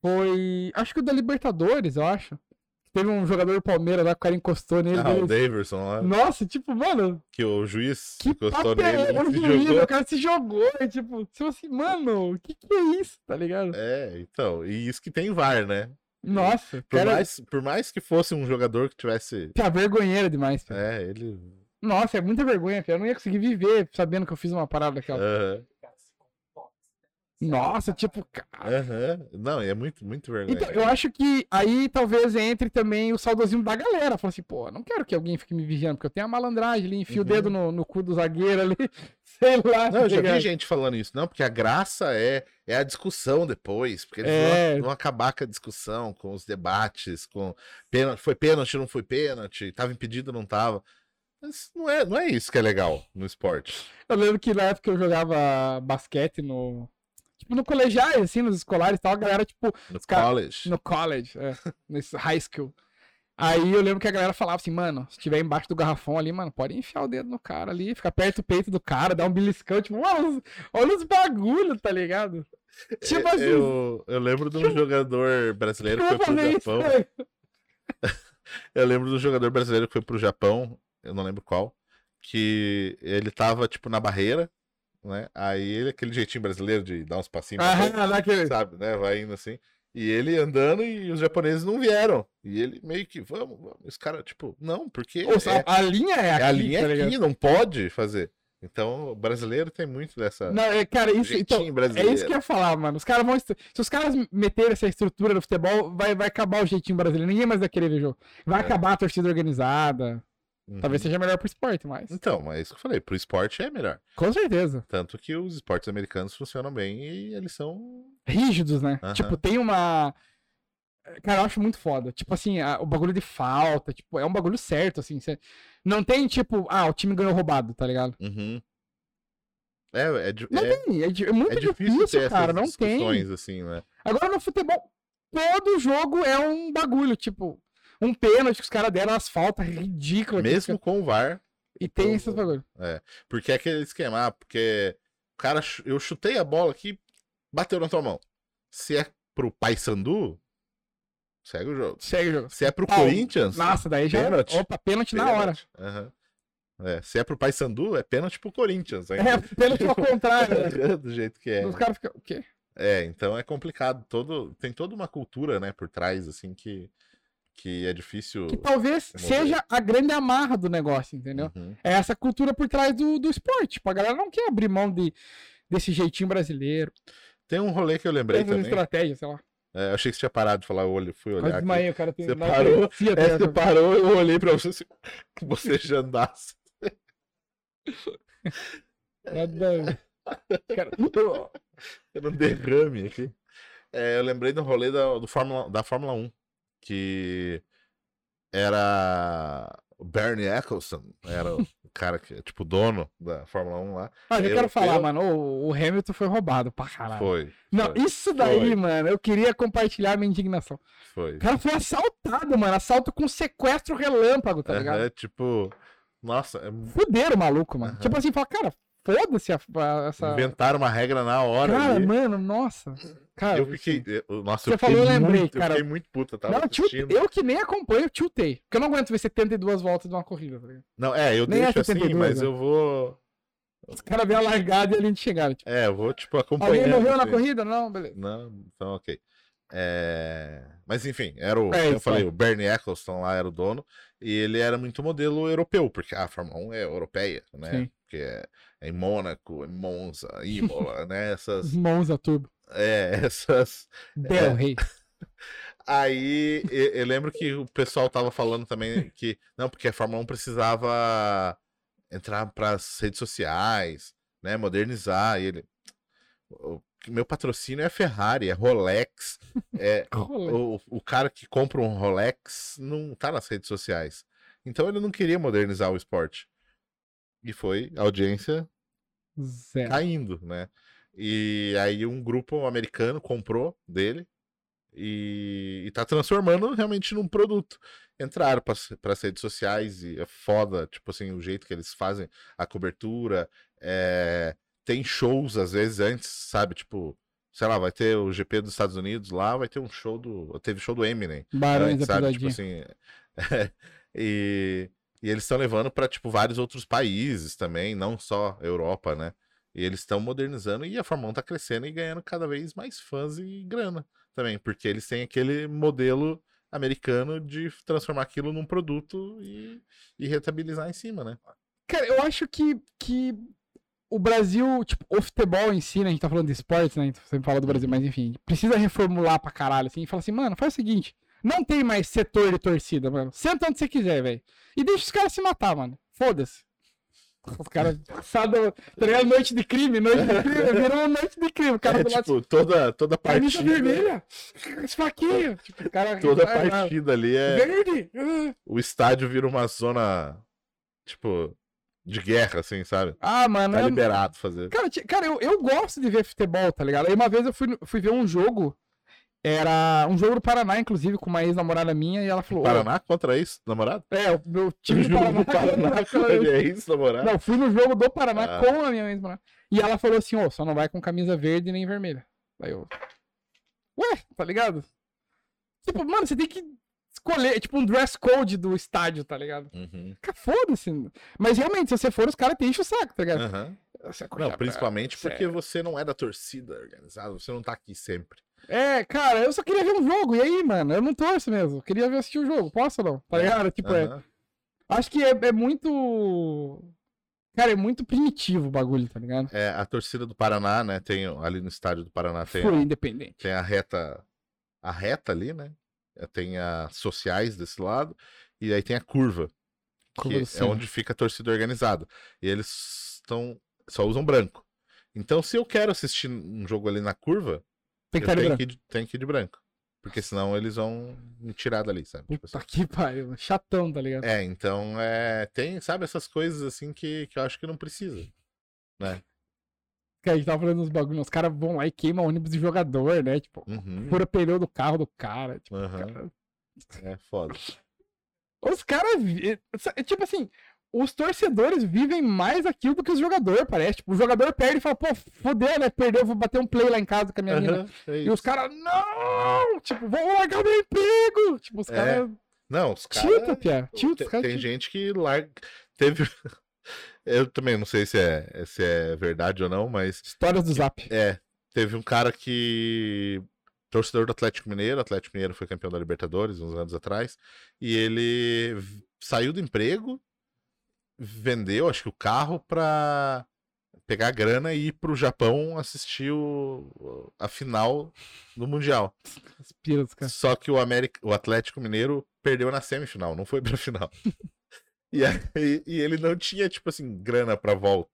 B: foi. Acho que o da Libertadores, eu acho. Teve um jogador do Palmeiras lá que o cara encostou nele.
A: Ah, o
B: deu-
A: Daverson lá,
B: Nossa, tipo, mano,
A: que o juiz
B: que
A: encostou
B: papo
A: nele
B: é
A: e se
B: esse,
A: jogou.
B: O cara se jogou, é tipo, tipo assim, mano, o que que é isso, tá ligado?
A: É, então, e isso que tem VAR, né?
B: Nossa,
A: Por,
B: cara,
A: mais, por mais que fosse um jogador que tivesse.
B: tá vergonheira demais, cara.
A: É, ele.
B: Nossa, é muita vergonha, cara. Eu não ia conseguir viver sabendo que eu fiz uma parada daquela.
A: Aham.
C: Cara, se comporta.
B: Nossa, tipo, cara.
A: Aham. Não, e é muito, muito vergonha.
B: Então, eu acho que aí talvez entre também o saudosismo da galera. Fala assim, pô, não quero que alguém fique me vigiando, porque eu tenho a malandragem ali, enfio o
A: Uhum.
B: dedo no, no cu do zagueiro ali. Sei lá. tá
A: Não, eu já vi
B: ligado?
A: gente falando isso. Não, porque a graça é, é a discussão depois. Porque eles
B: É.
A: vão, vão acabar com a discussão, com os debates, com pênalti, foi pênalti, não foi pênalti, tava impedido, não tava. Mas não é, não é isso que é legal no esporte.
B: Eu lembro que na época eu jogava basquete no. Tipo, no colegiais, assim, nos escolares e tal, a galera, tipo,
A: No
B: cara-
A: college.
B: No college, é. Nesse high school. Aí eu lembro que a galera falava assim, mano, se tiver embaixo do garrafão ali, mano, pode enfiar o dedo no cara ali, ficar perto do peito do cara, dar um beliscão, tipo, mano, olha os bagulho, tá ligado? Tipo
A: É,
B: assim, tipo,
A: eu, eu lembro de um jogador brasileiro que
B: eu
A: foi
B: vou
A: pro
B: fazer isso. né?
A: Japão.
B: velho?
A: Eu lembro do jogador brasileiro que foi pro Japão, eu não lembro qual, que ele tava, tipo, na barreira, né? Aí ele, aquele jeitinho brasileiro de dar uns passinhos, pra frente,
B: Ah, naquele...
A: sabe, né? Vai indo assim. E ele andando e os japoneses não vieram. E ele meio que, vamos, vamos. Os caras, tipo, não, porque
B: Ou seja,
A: é,
B: a linha é aqui,
A: é a linha
B: tá
A: é
B: ligado?
A: aqui, não pode fazer. Então, o brasileiro tem muito dessa...
B: Não, é, cara, isso, então,
A: jeitinho
B: é
A: brasileiro.
B: isso que eu ia falar, mano. Os caras vão... est- Se os caras meterem essa estrutura no futebol, vai, vai acabar o jeitinho brasileiro. Ninguém mais vai querer ver jogo. Vai
A: É.
B: acabar a torcida organizada.
A: Uhum.
B: Talvez seja melhor pro esporte, mas...
A: Então, mas é isso que eu falei, pro esporte é melhor.
B: Com certeza.
A: Tanto que os esportes americanos funcionam bem e eles são...
B: rígidos, né?
A: Aham.
B: Tipo, tem uma. Cara, eu acho muito foda. Tipo assim, a- o bagulho de falta, tipo, é um bagulho certo, assim. cê- Não tem, tipo, ah, o time ganhou roubado, tá ligado?
A: Uhum. É, é, de-
B: Não
A: é-
B: tem, é, di- é muito
A: é
B: difícil, cara, não tem.
A: discussões, assim, né?
B: Agora no futebol, todo jogo é um bagulho, tipo, um pênalti que os caras deram, um as faltas ridículas. que os
A: Mesmo com o VAR,
B: caras- tipo, E tem esses bagulhos.
A: porque é aquele esquema, ah, porque o cara, chu- eu chutei a bola aqui, bateu na tua mão. Se é pro Paysandu, segue o jogo.
B: Segue o jogo.
A: Se é pro
B: Pau.
A: Corinthians,
B: Nossa, daí já.
A: Pênalti.
B: Opa, pênalti na hora.
A: pênalti. Aham. É, se é pro Paysandu, é pênalti pro Corinthians, hein?
B: É, pênalti ao contrário. né?
A: Do jeito que é.
B: Os caras ficam. O quê?
A: É, então é complicado. Todo, tem toda uma cultura, né, por trás, assim, que, que é difícil.
B: Que talvez
A: Vamos ver.
B: seja a grande amarra do negócio, entendeu?
A: Uhum.
B: É essa cultura por trás do, do esporte. Tipo, a galera não quer abrir mão de, desse jeitinho brasileiro.
A: Tem um rolê que eu lembrei
B: Teve uma
A: também.
B: estratégia, sei lá.
A: É, eu achei que você tinha parado de falar, eu olhei- fui
B: Quase
A: olhar. aqui.
B: desmaiei, o cara tem
A: Você
B: na
A: parou,
B: epilepsia,
A: É,
B: tá
A: você
B: ligado?
A: parou, eu olhei pra você assim, que você já andasse. é
B: Nada- Cara, eu-
A: Era um derrame aqui. É, eu lembrei do rolê da, do Fórmula, da Fórmula 1, que era o Bernie Eccleston, era o cara que é tipo dono da Fórmula 1 lá.
B: Mas eu,
A: Eu-
B: quero falar,
A: eu-
B: mano, o, o Hamilton foi roubado pra caralho.
A: Foi,
B: Não,
A: foi.
B: isso daí,
A: Foi.
B: mano, eu queria compartilhar minha indignação.
A: foi.
B: O cara foi assaltado, mano, assalto com sequestro relâmpago, tá ligado?
A: É, tipo, nossa, é mu-
B: Fuderam o maluco, mano.
A: Aham.
B: Tipo assim, fala, cara, foda-se a- a- essa...
A: inventaram uma regra na hora
B: Tá. Cara,
A: ali.
B: mano, nossa. Cara,
A: Eu fiquei, eu, nossa,
B: Você
A: eu fiquei
B: falou, eu lembrei,
A: muito,
B: cara.
A: eu fiquei muito puta, tava
B: não, tilt-
A: assistindo.
B: eu que nem acompanho, tiltei. Porque eu não aguento ver 72 voltas de uma corrida, tá ligado?
A: Não, é, eu
B: Nem é
A: deixo assim,
B: 72,
A: mas
B: né?
A: eu vou,
B: Os caras vêm a largada e a gente chegaram. Tipo,
A: é, eu vou, tipo, acompanhando.
B: alguém morreu na
A: assim.
B: corrida? Não, beleza.
A: Não, então ok. É, Mas enfim, era o.
B: É
A: eu
B: isso,
A: falei,
B: é.
A: o Bernie Eccleston lá era o dono. E ele era muito modelo europeu, porque a Fórmula 1 é europeia, né?
B: Sim.
A: Porque é, é em Mônaco, é em Monza, Imola, né?
B: Os
A: Essas.
B: mãos da turbo.
A: É, essas.
B: Del Rey.
A: Aí eu, eu lembro que o pessoal tava falando também que. Não, porque a Fórmula 1 precisava entrar pras redes sociais, né? Modernizar. E ele. "O- Meu patrocínio é Ferrari, é Rolex, é,
B: Rolê.
A: o, o cara que compra um Rolex não tá nas redes sociais. Então ele não queria modernizar o esporte. E foi a audiência
B: Zero.
A: caindo, né? E aí um grupo americano comprou dele e, e tá transformando realmente num produto. Entraram para as redes sociais e é foda, tipo assim, o jeito que eles fazem a cobertura. é, tem shows às vezes antes, sabe? Tipo, sei lá, vai ter o GP dos Estados Unidos lá, vai ter um show do. Teve show do Eminem
B: Barões
A: antes,
B: da
A: sabe? Tipo
B: pisadinha.
A: assim. e, e eles estão levando para tipo vários outros países também, não só Europa, né? E eles estão modernizando e a Fórmula 1 tá crescendo e ganhando cada vez mais fãs e grana também, porque eles têm aquele modelo americano de transformar aquilo num produto e, e rentabilizar em cima, né?
B: Cara, eu acho que, que o Brasil, tipo, o futebol em si, né? A gente tá falando de esportes, né? A gente sempre fala do Brasil, mas enfim, precisa reformular pra caralho, assim, e fala assim, mano, faz o seguinte. Não tem mais setor de torcida, mano. Senta onde você quiser, velho. E deixa os caras se matar, mano. Foda-se. Os caras passado, tá ligado? Noite de crime, noite de crime, virou uma noite de crime. O cara
A: é,
B: do lado
A: tipo, toda, toda
B: camisa
A: partida. né?
B: vermelha, esfaqueio. Tipo, o cara.
A: Toda
B: vai lá,
A: partida ali é.
B: Verde! ah.
A: O estádio vira uma zona, tipo, de guerra, assim, sabe?
B: Ah, mano,
A: Tá
B: é-
A: liberado fazer.
B: Cara, ti- cara eu, eu gosto de ver futebol, tá ligado? Aí uma vez eu fui, no- fui ver um jogo. Era um jogo do Paraná, inclusive, com uma ex-namorada minha, e ela falou. "Ô,
A: Paraná contra isso, namorado?
B: É, o meu time do
A: jogo
B: Paraná.
A: do Paraná contra é isso, namorado?
B: Não, fui no jogo do Paraná
A: Ah.
B: com a minha ex-namorada. E ela falou assim, ô, só não vai com camisa verde nem vermelha. Aí eu. Ué, tá ligado? Tipo, mano, você tem que escolher, é tipo um dress code do estádio, tá ligado?
A: Uhum.
B: Cara, Foda-se. Mas realmente, se você for, os caras te enchem o saco, tá ligado?
A: Aham.
B: Essa coisa-
A: Ah. Não, principalmente porque
B: sério.
A: você não é da torcida organizada, você não tá aqui sempre.
B: É, cara, eu só queria ver um jogo. E aí, mano? Eu não torço mesmo. Eu queria ver assistir o jogo. Posso ou não? Tá ligado? Tipo, é-
A: Aham.
B: acho que é, é muito. Cara, é muito primitivo o bagulho, tá ligado?
A: É, a torcida do Paraná, né? Tem ali no estádio do Paraná tem,
B: Fui independente.
A: tem a reta. A reta ali, né? Tem as sociais desse lado, e aí tem a curva,
B: Como
A: que
B: assim?
A: é onde fica a torcida organizada. E eles estão. só usam branco. Então, se eu quero assistir um jogo ali na curva,
B: Tem que
A: Eu
B: estar
A: tenho
B: branco.
A: que, ir de- tenho que ir de branco. Porque senão eles vão me tirar dali, sabe? Tipo
B: Puta
A: assim.
B: que pariu. Chatão, tá ligado?
A: É, então é. Tem, sabe, essas coisas assim que, que eu acho que não precisa.
B: Cara, a gente tava falando uns bagulhos. Os caras vão lá e queimam ônibus de jogador, né? Tipo,
A: Uhum.
B: fura pneu do carro do cara. Tipo,
A: aham,
B: cara,
A: É foda.
B: Os caras. vi- é Tipo assim, os torcedores vivem mais aquilo do que os jogadores, parece. Tipo, o jogador perde e fala, pô, fodeu, né? Perdeu, vou bater um play lá em casa com a minha mina.
A: Aham, é
B: E
A: isso.
B: os caras, não! Tipo, vou largar meu emprego! Tipo, os
A: É,
B: caras.
A: Não, os
B: Tilta,
A: caras.
B: Pia. Tilta,
A: Tem,
B: os caras.
A: tem
B: tiltam.
A: gente que larga. Teve. Eu também não sei se é, se é verdade ou não, mas
B: Histórias do Zap.
A: É, teve um cara que. Torcedor do Atlético Mineiro, o Atlético Mineiro foi campeão da Libertadores uns anos atrás, e ele v- saiu do emprego, vendeu, acho que o carro pra, pegar a grana e ir pro Japão assistir o, a final do Mundial.
B: As piras, cara.
A: Só que o, América, o Atlético Mineiro perdeu na semifinal, não foi pra final. e, aí- e ele não tinha, tipo assim, grana pra volta.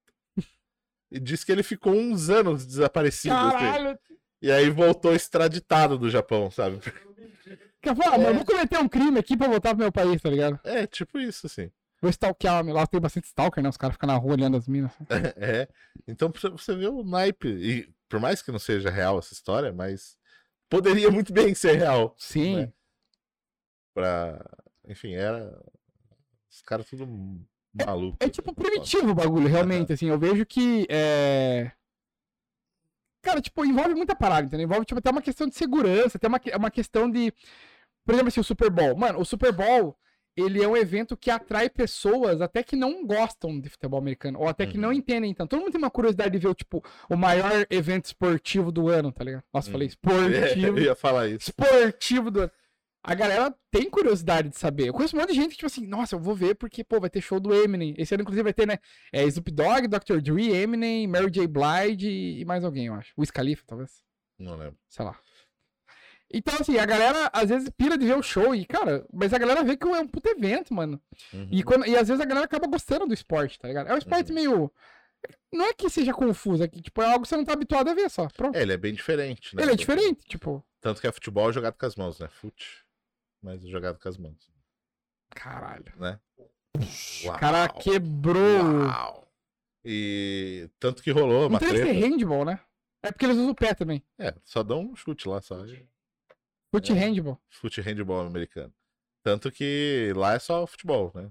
A: E disse que ele ficou uns anos desaparecido. assim.
B: Caralho!
A: E aí voltou extraditado do Japão, sabe?
B: Quer falar, mas
A: É.
B: eu vou cometer um crime aqui pra voltar pro meu país, tá ligado?
A: É, tipo isso, assim.
B: Vou stalkear, lá tem bastante stalker, né? Os caras ficam na rua olhando as minas. assim.
A: É. Então pra você vê o naipe. E por mais que não seja real essa história, mas poderia muito bem ser real.
B: Sim.
A: Né? Pra... Enfim, era. Os caras tudo maluco.
B: É tipo primitivo o bagulho, realmente, assim. Eu vejo que é. Cara, tipo, envolve muita parada, entendeu? Envolve, tipo, até uma questão de segurança, até uma, que- uma questão de. Por exemplo, assim, o Super Bowl. Mano, o Super Bowl, ele é um evento que atrai pessoas até que não gostam de futebol americano, ou até que não
A: Uhum.
B: entendem tanto. Todo mundo tem uma curiosidade de ver, o, tipo, o maior evento esportivo do ano, tá ligado? Nossa, falei
A: Uhum.
B: esportivo
A: É, Eu ia falar isso.
B: esportivo do ano. A galera tem curiosidade de saber. Eu conheço um monte de gente que, tipo assim, nossa, eu vou ver porque, pô, vai ter show do Eminem. Esse ano, inclusive, vai ter, né? É, Snoop Dogg, Dr. Dre, Eminem, Mary J. Blige e e mais alguém, eu acho. O Khalifa, talvez.
A: Não lembro.
B: Sei lá. Então, assim, a galera às vezes pira de ver o show e, cara, mas a galera vê que é um puto evento, mano.
A: Uhum.
B: E, quando, e às vezes a galera acaba gostando do esporte, tá ligado? É um esporte
A: Uhum.
B: meio. Não é que seja confuso, é que, tipo, é algo que você não tá habituado a ver só. Pronto.
A: É, ele é bem diferente, né?
B: Ele é diferente, tipo.
A: Tanto que é futebol jogado com as mãos, né? Fute. Mas é jogado com as mãos.
B: Caralho.
A: Ah, Uau.
B: O cara quebrou.
A: Uau. E tanto que rolou
B: Não
A: uma
B: deve ser
A: treta.
B: handball, né? É porque eles usam o pé também.
A: É, só dá um chute lá, só.
B: Fute
A: É.
B: handball.
A: fute handball americano. Tanto que lá é só futebol, né?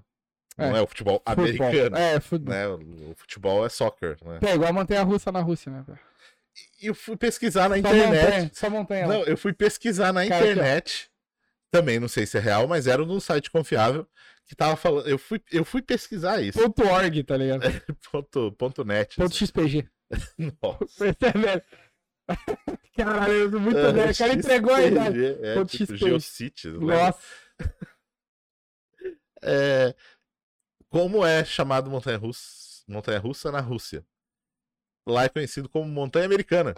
B: É.
A: Não é o futebol
B: Futebol.
A: americano.
B: É, futebol.
A: Né? O o futebol é soccer, né?
B: É. igual a montanha russa na Rússia, né? velho?
A: E eu fui pesquisar na
B: Só montanha,
A: internet.
B: só montanha. lá.
A: Não, eu fui pesquisar na
B: Cara, aqui, ó.
A: internet. Também não sei se é real, mas era num site confiável que tava falando. Eu fui, eu fui pesquisar isso. É.
B: Ponto .org, tá ligado?
A: Ponto, ponto net.
B: Ponto XPG.
A: assim. Nossa.
B: Percebe? Caralho, eu sou muito
A: É,
B: velho. O
A: XPG,
B: cara entregou a idade.
A: É,
B: Ponto
A: tipo,
B: XPG.
A: Geocities, né?
B: Nossa.
A: é, como é chamado montanha russa, montanha russa na Rússia. Lá é conhecido como montanha americana.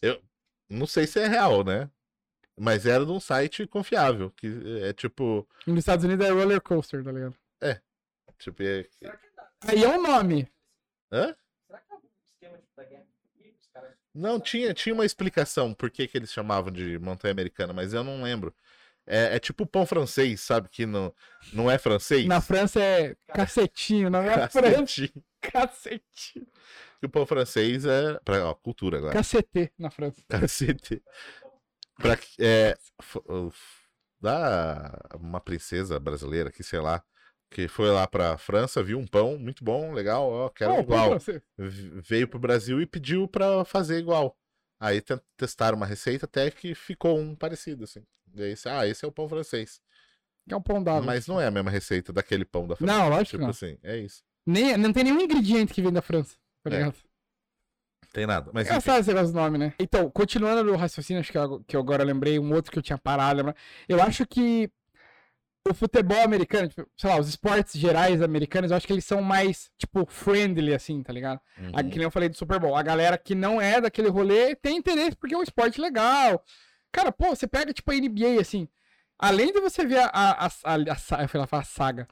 A: Eu não sei se é real, né? Mas era de um site confiável, que é tipo,
B: E Nos Estados Unidos é roller coaster, tá ligado?
A: tipo é-
B: Aí é um nome.
C: Será que é um esquema tipo da guerra? Ih, os caras-
A: não tinha tinha uma explicação por que, que eles chamavam de montanha americana, mas eu não lembro. É, é tipo pão francês, sabe que não não é francês.
B: Na França é cacetinho. Na minha França, é
A: Cacete.
B: cacetinho.
A: Que o pão francês é pra, ó, cultura agora.
B: Cacetê na França.
A: Cacete. Pra, que- é, f- f- da uma princesa brasileira que, sei lá, que foi lá pra França, viu um pão muito Ah, é bom, legal, ó, quero
B: Pô,
A: igual.
B: você-
A: V- Veio pro Brasil e pediu pra fazer igual. Aí te- testaram uma receita até que ficou um parecido, assim. Daí, você, ah, esse é o pão francês.
B: Que é um pão d'água.
A: Mas não é a mesma receita daquele pão da França.
B: Não, lógico que
A: Tipo
B: não.
A: assim, é isso.
B: Nem, não tem nenhum ingrediente que vem da França, tá
A: É.
B: ligado?
A: Tem nada. Mas enfim,
B: Engraçado esse negócio do nome, né? Então, continuando no raciocínio, acho que eu, que eu agora lembrei, um outro que eu tinha parado, lembra? Eu acho que o futebol americano, tipo, sei lá, os esportes gerais americanos, eu acho que eles são mais, tipo, friendly, assim, tá ligado?
A: uhum.
B: A- que nem eu falei do Super Bowl. A galera que não é daquele rolê tem interesse porque é um esporte legal. Cara, pô, você pega tipo a NBA, assim. Além de você ver a, a, a, a, sa- eu fui lá falar saga,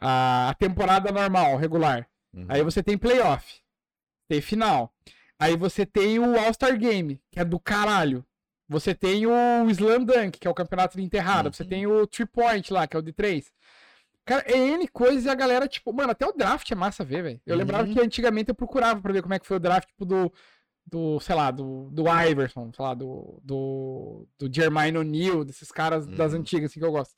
B: a, a temporada normal, regular.
A: Uhum.
B: Aí você tem playoff, tem final. Aí você tem o All-Star Game, que é do caralho. Você tem o Slam Dunk, que é o campeonato de enterrada. Você
A: Uhum.
B: tem o Three Point lá, que é o de três. Cara, é N coisas e a galera, tipo, mano, até o draft é massa ver, velho. Eu lembrava
A: Uhum.
B: que antigamente eu procurava pra ver como é que foi o draft, tipo, do. Do, sei lá, do, do Iverson, sei lá, do. Do, do Jermaine O'Neal, desses caras das
A: Uhum.
B: antigas, assim, que eu gosto.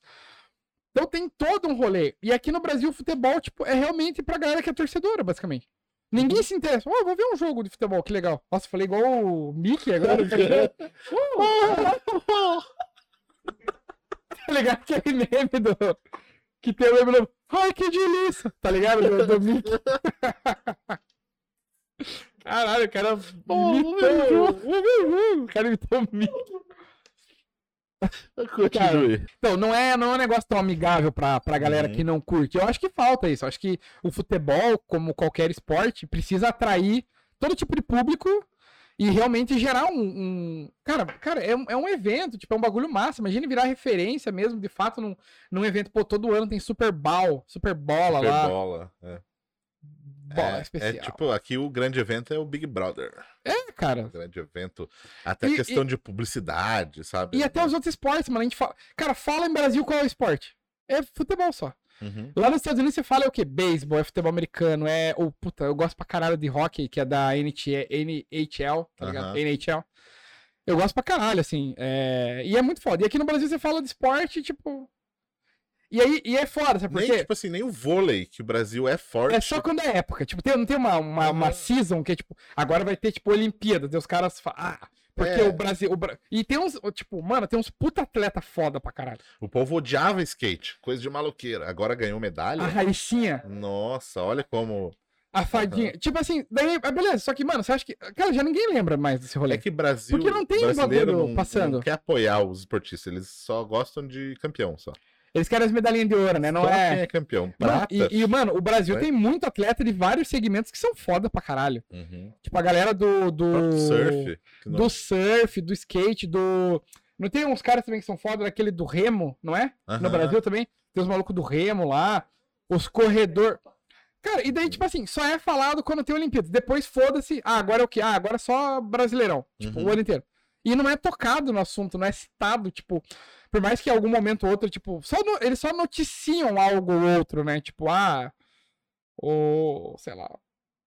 B: Então tem todo um rolê. E aqui no Brasil, o futebol, tipo, é realmente pra galera que é torcedora, basicamente. Ninguém se interessa. Ó, vou ver um jogo de futebol, que legal. Nossa, falei igual o Mickey agora. tá ligado? Tá ligado que é meme do. Que tem o meme do. Ai, que delícia! Tá ligado? Do, do Mickey. Caralho, o cara
A: Pô,
B: imitou. O cara imitou o Mickey.
A: Continue.
B: Então, não é, não é um negócio tão amigável pra, pra galera
A: Uhum.
B: que não curte. Eu acho que falta isso. Eu acho que o futebol, como qualquer esporte, precisa atrair todo tipo de público e realmente gerar um. um- Cara, cara é, um, é um evento, tipo, é um bagulho massa. Imagina virar referência mesmo, de fato, num, num evento, pô, todo ano tem Super Bowl, Super Bola
A: Super
B: lá.
A: bola. É.
B: Bola
A: é,
B: especial.
A: é tipo, aqui o grande evento é o Big Brother.
B: É, cara.
A: O grande evento. Até
B: E-
A: questão de publicidade, sabe?
B: E até os outros esportes, mano. A gente fala... Cara, fala em Brasil qual é o esporte? É futebol só.
A: Uhum.
B: Lá nos Estados Unidos você fala é o quê? Beisebol, é futebol americano, é. Ou, puta, eu gosto pra caralho de hockey, que é da NT NHL, tá ligado?
A: Aham.
B: NHL. Eu gosto pra caralho, assim. é, E é muito foda. E aqui no Brasil você fala de esporte, tipo. E aí e é foda, sabe por
A: Nem,
B: quê?
A: tipo assim, nem o vôlei, que o Brasil é forte.
B: É só quando é época. Tipo, tem, não tem uma, uma, uma
A: Aham.
B: season que é tipo. Agora vai ter, tipo, Olimpíadas. E os caras falam. Ah, porque
A: É.
B: o Brasil. o Bra- E tem uns. Tipo, mano, tem uns puta atleta foda pra caralho.
A: O povo odiava skate, coisa de maloqueira. Agora ganhou medalha.
B: A raicinha.
A: Nossa, olha como.
B: A fadinha. Tipo assim, daí, ah, beleza, só que, mano, você acha que. Cara, já ninguém lembra mais desse rolê.
A: É que Brasil.
B: Porque não tem um
A: brasileiro
B: bagulho
A: não,
B: passando.
A: não quer apoiar os esportistas, eles só gostam de campeão. Só,
B: Eles querem as medalhinhas de ouro, né? Não
A: só quem
B: é.
A: é campeão.
B: Mano,
A: Prata.
B: e, e, mano, o Brasil
A: Vai.
B: tem muito atleta de vários segmentos que são foda pra caralho.
A: Uhum.
B: Tipo, a galera do.
A: O
B: do
A: próprio Surf. que não-
B: Do surf, do skate, do. Não tem uns caras também que são foda, daquele do remo, não é?
A: Aham.
B: No Brasil também. Tem os malucos do remo lá. Os corredor. Cara, e daí, tipo assim, só é falado quando tem Olimpíadas. Depois foda-se. Ah, agora é o quê? Ah, agora é só brasileirão. Tipo,
A: Uhum.
B: o ano inteiro. E não é tocado no assunto, não é citado, tipo. Por mais que em algum momento ou outro, tipo, só no- eles só noticiam algo ou outro, né? Tipo, ah. O. sei lá.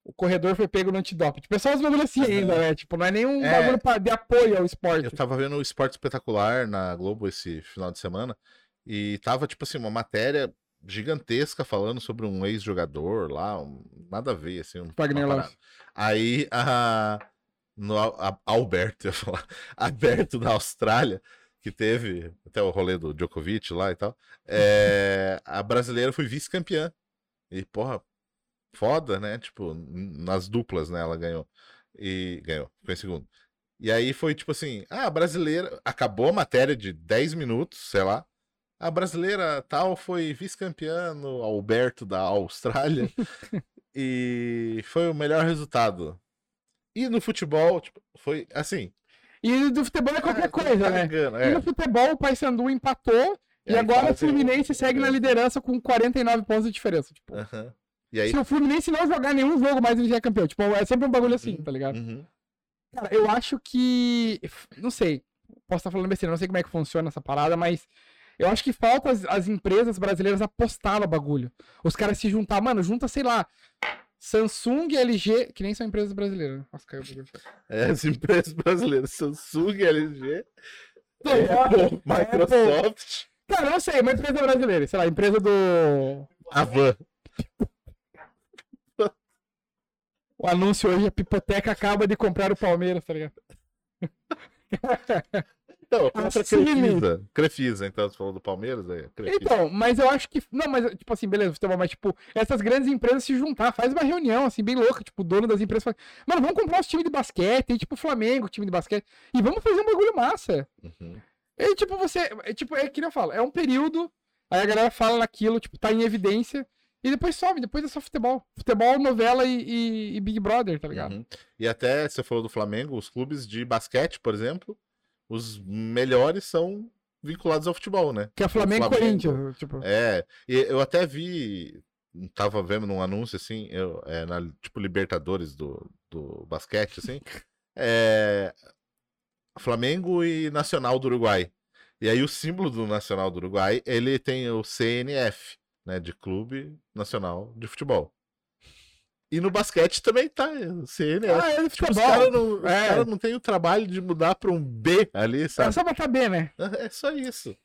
B: O corredor foi pego no antidoping. Tipo, é só os bagulhos assim
A: Aham.
B: ainda, né? Tipo, não é nenhum
A: É.
B: bagulho pra- de apoio ao esporte.
A: Eu tava vendo o Esporte Espetacular na Globo esse final de semana e tava, tipo assim, uma matéria gigantesca falando sobre um ex-jogador lá, um- nada a ver, assim. um-
B: Wagner
A: uma
B: Love.
A: parada. Aí a. No, Al- a, Alberto, eu ia falar. Alberto da Austrália, que teve até o rolê do Djokovic lá e tal. é, a brasileira foi vice-campeã. E, porra, foda, né? Tipo, n- nas duplas, né? Ela ganhou. E ganhou, ficou em segundo. E aí foi tipo assim: ah, a brasileira. Acabou a matéria de 10 minutos, sei lá. A brasileira tal foi vice-campeã no Alberto da Austrália. e foi o melhor resultado. E no futebol, tipo, foi assim.
B: E do futebol é
A: ah,
B: qualquer
A: tá
B: coisa, né?
A: cagando,
B: E
A: é.
B: no futebol, o Paysandu empatou. E
A: aí assim,
B: agora o
A: fazem
B: Fluminense segue na liderança com 49 pontos de diferença. Tipo,
A: Aham. E É, aí.
B: se o Fluminense não jogar nenhum jogo mais, ele já é campeão. Tipo, é sempre um bagulho assim,
A: Uhum.
B: tá ligado?
A: Uhum.
B: Cara, eu acho que. Não sei. Posso estar falando besteira, não sei como é que funciona essa parada, mas. Eu acho que falta as, as empresas brasileiras apostar no bagulho. Os caras se juntar. Mano, junta, sei lá. Samsung, LG, que nem são empresas brasileiras. né? Nossa, caiu o bagulho.
A: É, as empresas brasileiras, Samsung, LG,
B: Toyota,
A: Apple, Microsoft,
B: É, Cara, eu não sei, uma empresa brasileira. Sei lá, empresa do.
A: Avan.
B: O anúncio hoje, a Pipoteca acaba de comprar o Palmeiras, tá ligado?
A: Então,
B: Tá
A: contra a
B: Assine.
A: Crefisa. Crefisa, então, você falou do Palmeiras aí. Crefisa.
B: Então, mas eu acho que. Não, mas, tipo assim, beleza, futebol, mas, tipo, essas grandes empresas se juntar, faz uma reunião, assim, bem louca, tipo, o dono das empresas fala, mano, vamos comprar os times de basquete, aí, tipo, o Flamengo, time de basquete, e vamos fazer um bagulho massa.
A: Uhum.
B: E, tipo, você. É, tipo, é que nem eu falo, é um período, aí a galera fala naquilo, tipo, tá em evidência, e depois sobe, depois é só futebol. Futebol, novela e, e- e Big Brother, tá ligado?
A: Uhum. E até, você falou do Flamengo, os clubes de basquete, por exemplo, os melhores são vinculados ao futebol, né?
B: Que é Flamengo e
A: Flamengo.
B: Corinthians, tipo.
A: É, e eu até vi, tava vendo num anúncio assim, eu, é, na, tipo Libertadores do, do basquete, assim, é, Flamengo e Nacional do Uruguai. E aí o símbolo do Nacional do Uruguai, ele tem o CNF, né, de Clube Nacional de Futebol. E no basquete também tá, o CNF.
B: Ah, é de
A: Tipo, os
B: futebol.
A: caras não, os
B: é.
A: cara não tem o trabalho de mudar pra um B ali,
B: É
A: sabe?
B: só botar B, né?
A: É só isso.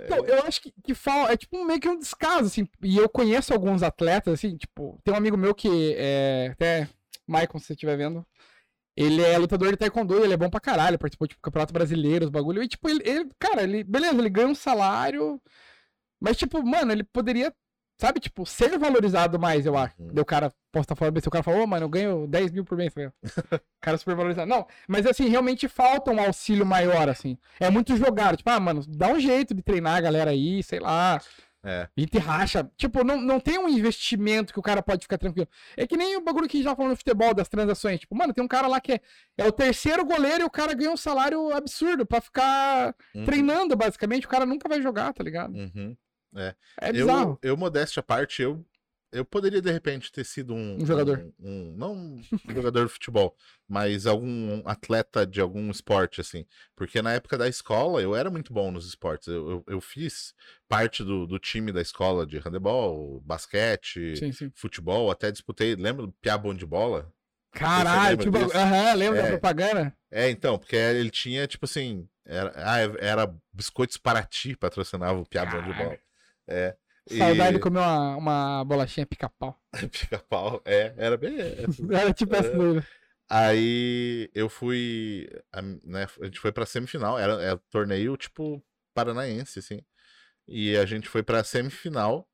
B: Então, eu acho que, que fal- é tipo um- meio que um descaso, assim. E eu conheço alguns atletas, assim, tipo, tem um amigo meu que é. Até. Maicon, se você estiver vendo. Ele é lutador de taekwondo, ele é bom pra caralho, participou, tipo, do campeonato brasileiro, os bagulho. E, tipo, ele, ele- cara, ele, beleza, ele ganha um salário. Mas, tipo, mano, ele poderia, sabe, tipo, ser valorizado mais, eu acho.
A: Uhum.
B: Daí o cara posso estar falando besteira. O cara fala, ô, mano, eu ganho 10 mil por mês. Falei, cara super valorizado. Não, mas assim, realmente falta um auxílio maior, assim. É muito jogado. Tipo, ah, mano, dá um jeito de treinar a galera aí, sei lá.
A: É.
B: E te racha. Tipo, não, não tem um investimento que o cara pode ficar tranquilo. É que nem o bagulho que já falou no futebol das transações. Tipo, mano, tem um cara lá que é, é o terceiro goleiro e o cara ganha um salário absurdo pra ficar
A: Uhum,
B: treinando, basicamente. O cara nunca vai jogar, tá ligado?
A: uhum.
B: É bizarro.
A: Eu, eu, modéstia à parte, eu, eu poderia de repente ter sido um.
B: Um jogador.
A: um- um- não um jogador de futebol, mas algum atleta de algum esporte, assim. Porque na época da escola eu era muito bom nos esportes. Eu, eu, eu fiz parte do, do time da escola de handebol, basquete,
B: Sim, sim.
A: futebol, até disputei. Lembra do Piá Bom de Bola?
B: Caralho,
A: lembra
B: tipo,
A: disso?
B: aham, lembra da
A: É.
B: propaganda?
A: É, então, porque ele tinha, tipo assim, era, ah, era Biscoitos Paraty patrocinava o Piá Bom de
B: Caraca.
A: Bola. É. E-
B: Saudade de comer uma, uma bolachinha pica-pau.
A: Pica-pau, é, era bem. essa.
B: Era tipo
A: É.
B: essa dele.
A: Aí eu fui, a, né, a gente foi pra semifinal, era, era torneio tipo paranaense, assim. E a gente foi pra semifinal,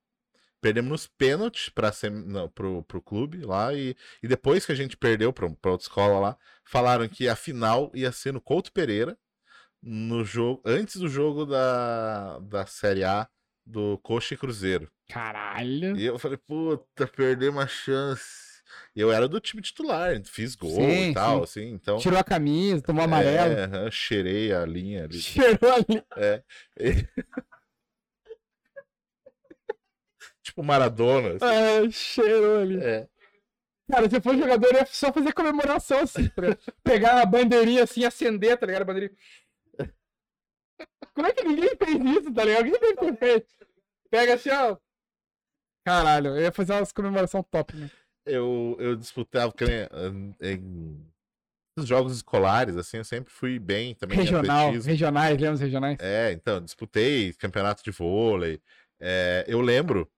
A: perdemos nos pênaltis pra semi, não, pro, pro clube lá. E, e depois que a gente perdeu pra, um, pra outra escola lá, falaram que a final ia ser no Couto Pereira, no jogo, antes do jogo da, da Série A do Coxa e Cruzeiro.
B: Caralho.
A: E eu falei, puta, perdi uma chance. E eu era do time titular, fiz gol
B: Sim,
A: e tal, assim, então.
B: Tirou a camisa, tomou amarelo.
A: É, aham, cheirei a linha ali.
B: Cheirou ali.
A: Tipo Maradona. assim.
B: É, cheirou ali.
A: É.
B: Cara, se eu fosse jogador, eu ia só fazer comemoração assim. pra pegar a bandeirinha assim e acender, tá ligado? A bandeirinha. Como é que ninguém fez isso, tá ligado? Alguém deve ter feito. Pega assim, ó. Caralho, eu ia fazer umas comemoração top, né?
A: Eu, eu disputava que nem, ah, em nos jogos escolares, assim, eu sempre fui bem também. em
B: Regional,
A: atletismo.
B: regionais, lembra os regionais?
A: É, então, disputei campeonato de vôlei. É, eu lembro,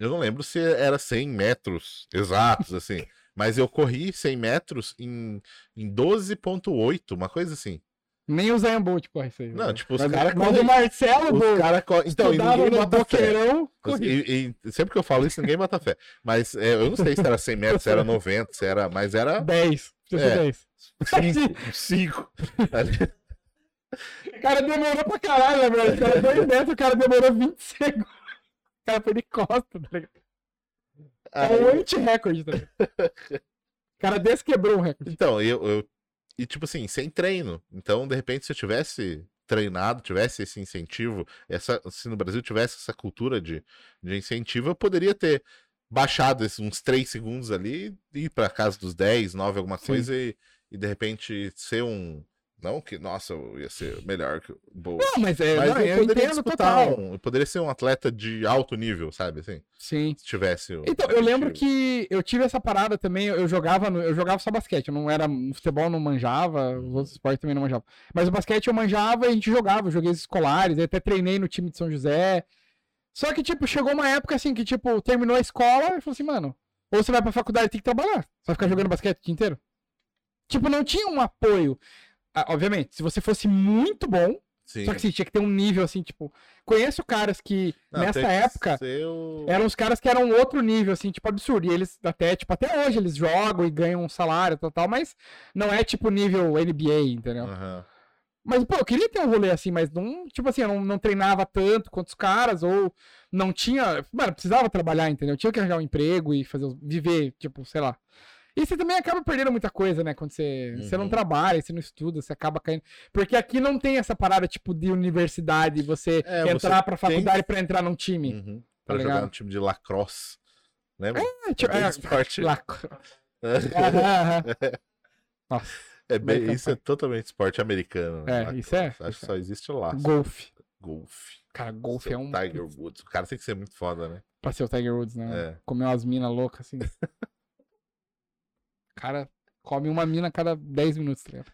A: eu não lembro se era 100 metros exatos, assim, mas eu corri 100 metros em, em 12,8, uma coisa assim.
B: Nem o Zayn Bolt corre isso aí.
A: Não,
B: né?
A: tipo, os
B: Mas-
A: caras
B: Mas o Marcelo
A: Os
B: Bolt
A: cara co- Então, e
B: estudava
A: ninguém
B: no
A: bota fé.
B: Boqueirão,
A: Os-
B: corria.
A: E, e sempre que eu falo isso, ninguém bota fé. Mas é, eu não sei se era 100 metros, se era 90, se era. Mas era
B: 10.
A: É.
B: 10.
A: 5. 5.
B: O cara demorou pra caralho, né, velho? O cara deu 10, o cara demorou 20 segundos. O cara foi de costa, tá ligado?
A: Ah,
B: É um anti-recorde, tá ligado? O cara desse quebrou um recorde.
A: Então, eu, eu. E tipo assim, sem treino. Então, de repente, se eu tivesse treinado, tivesse esse incentivo, essa, se no Brasil tivesse essa cultura de, de incentivo, eu poderia ter baixado esses, uns 3 segundos ali, ir pra casa dos 10, 9, alguma
B: Sim.
A: coisa, e, e de repente ser um. Não que, nossa, eu ia ser melhor que o Bolt.
B: Não, mas é,
A: Mas
B: não,
A: eu,
B: eu
A: poderia
B: entendo
A: disputar
B: total.
A: um- eu poderia ser um atleta de alto nível, sabe? Assim,
B: Sim.
A: se tivesse. o
B: Então, eu lembro
A: objetivo.
B: que eu tive essa parada também, eu jogava, no- eu jogava só basquete, eu não era, no futebol eu não manjava, os outros esportes também não manjava. Mas o basquete eu manjava e a gente jogava, eu joguei os escolares, eu até treinei no time de São José. Só que, tipo, chegou uma época assim que, tipo, terminou a escola e falou assim, mano, ou você vai pra faculdade tem que trabalhar, você vai ficar jogando basquete o dia inteiro. Tipo, não tinha um apoio. Ah, obviamente, se você fosse muito bom,
A: Sim.
B: só que assim, tinha que ter um nível assim, tipo, conheço caras que
A: Não,
B: nessa
A: tem que
B: época É.
A: ser o-
B: eram os caras que eram outro nível, assim, tipo, absurdo. E eles até, tipo, até hoje eles jogam e ganham um salário tal, tal, mas não é tipo nível NBA, entendeu?
A: Aham.
B: Mas, pô, eu queria ter um rolê assim, mas não, tipo assim, eu não, não treinava tanto quanto os caras, ou não tinha. Mano, precisava trabalhar, entendeu? Eu tinha que arranjar um emprego e fazer os- viver, tipo, sei lá. E você também acaba perdendo muita coisa, né? Quando você, você não
A: Uhum.
B: trabalha, você não estuda, você acaba caindo. Porque aqui não tem essa parada, tipo, de universidade, você
A: É, você
B: entrar pra
A: tem-
B: faculdade pra entrar num time. tá
A: Uhum. Pra jogar
B: ligado?
A: no time de lacrosse. Lembra?
B: É, tipo,
A: bem
B: é,
A: esporte.
B: Lacro- Aham, aham. Nossa,
A: É bem-
B: American
A: isso é totalmente esporte americano. né,
B: É, isso é,
A: lacrosse. Acho
B: isso
A: que só existe lá.
B: golfe.
A: Golfe.
B: Cara, golfe
A: Seu
B: é um.
A: Tiger Woods. O cara tem que ser muito foda, né?
B: Pra ser o Tiger Woods, né?
A: É.
B: Comer umas minas loucas assim. O cara come uma mina a cada 10 minutos, tá ligado?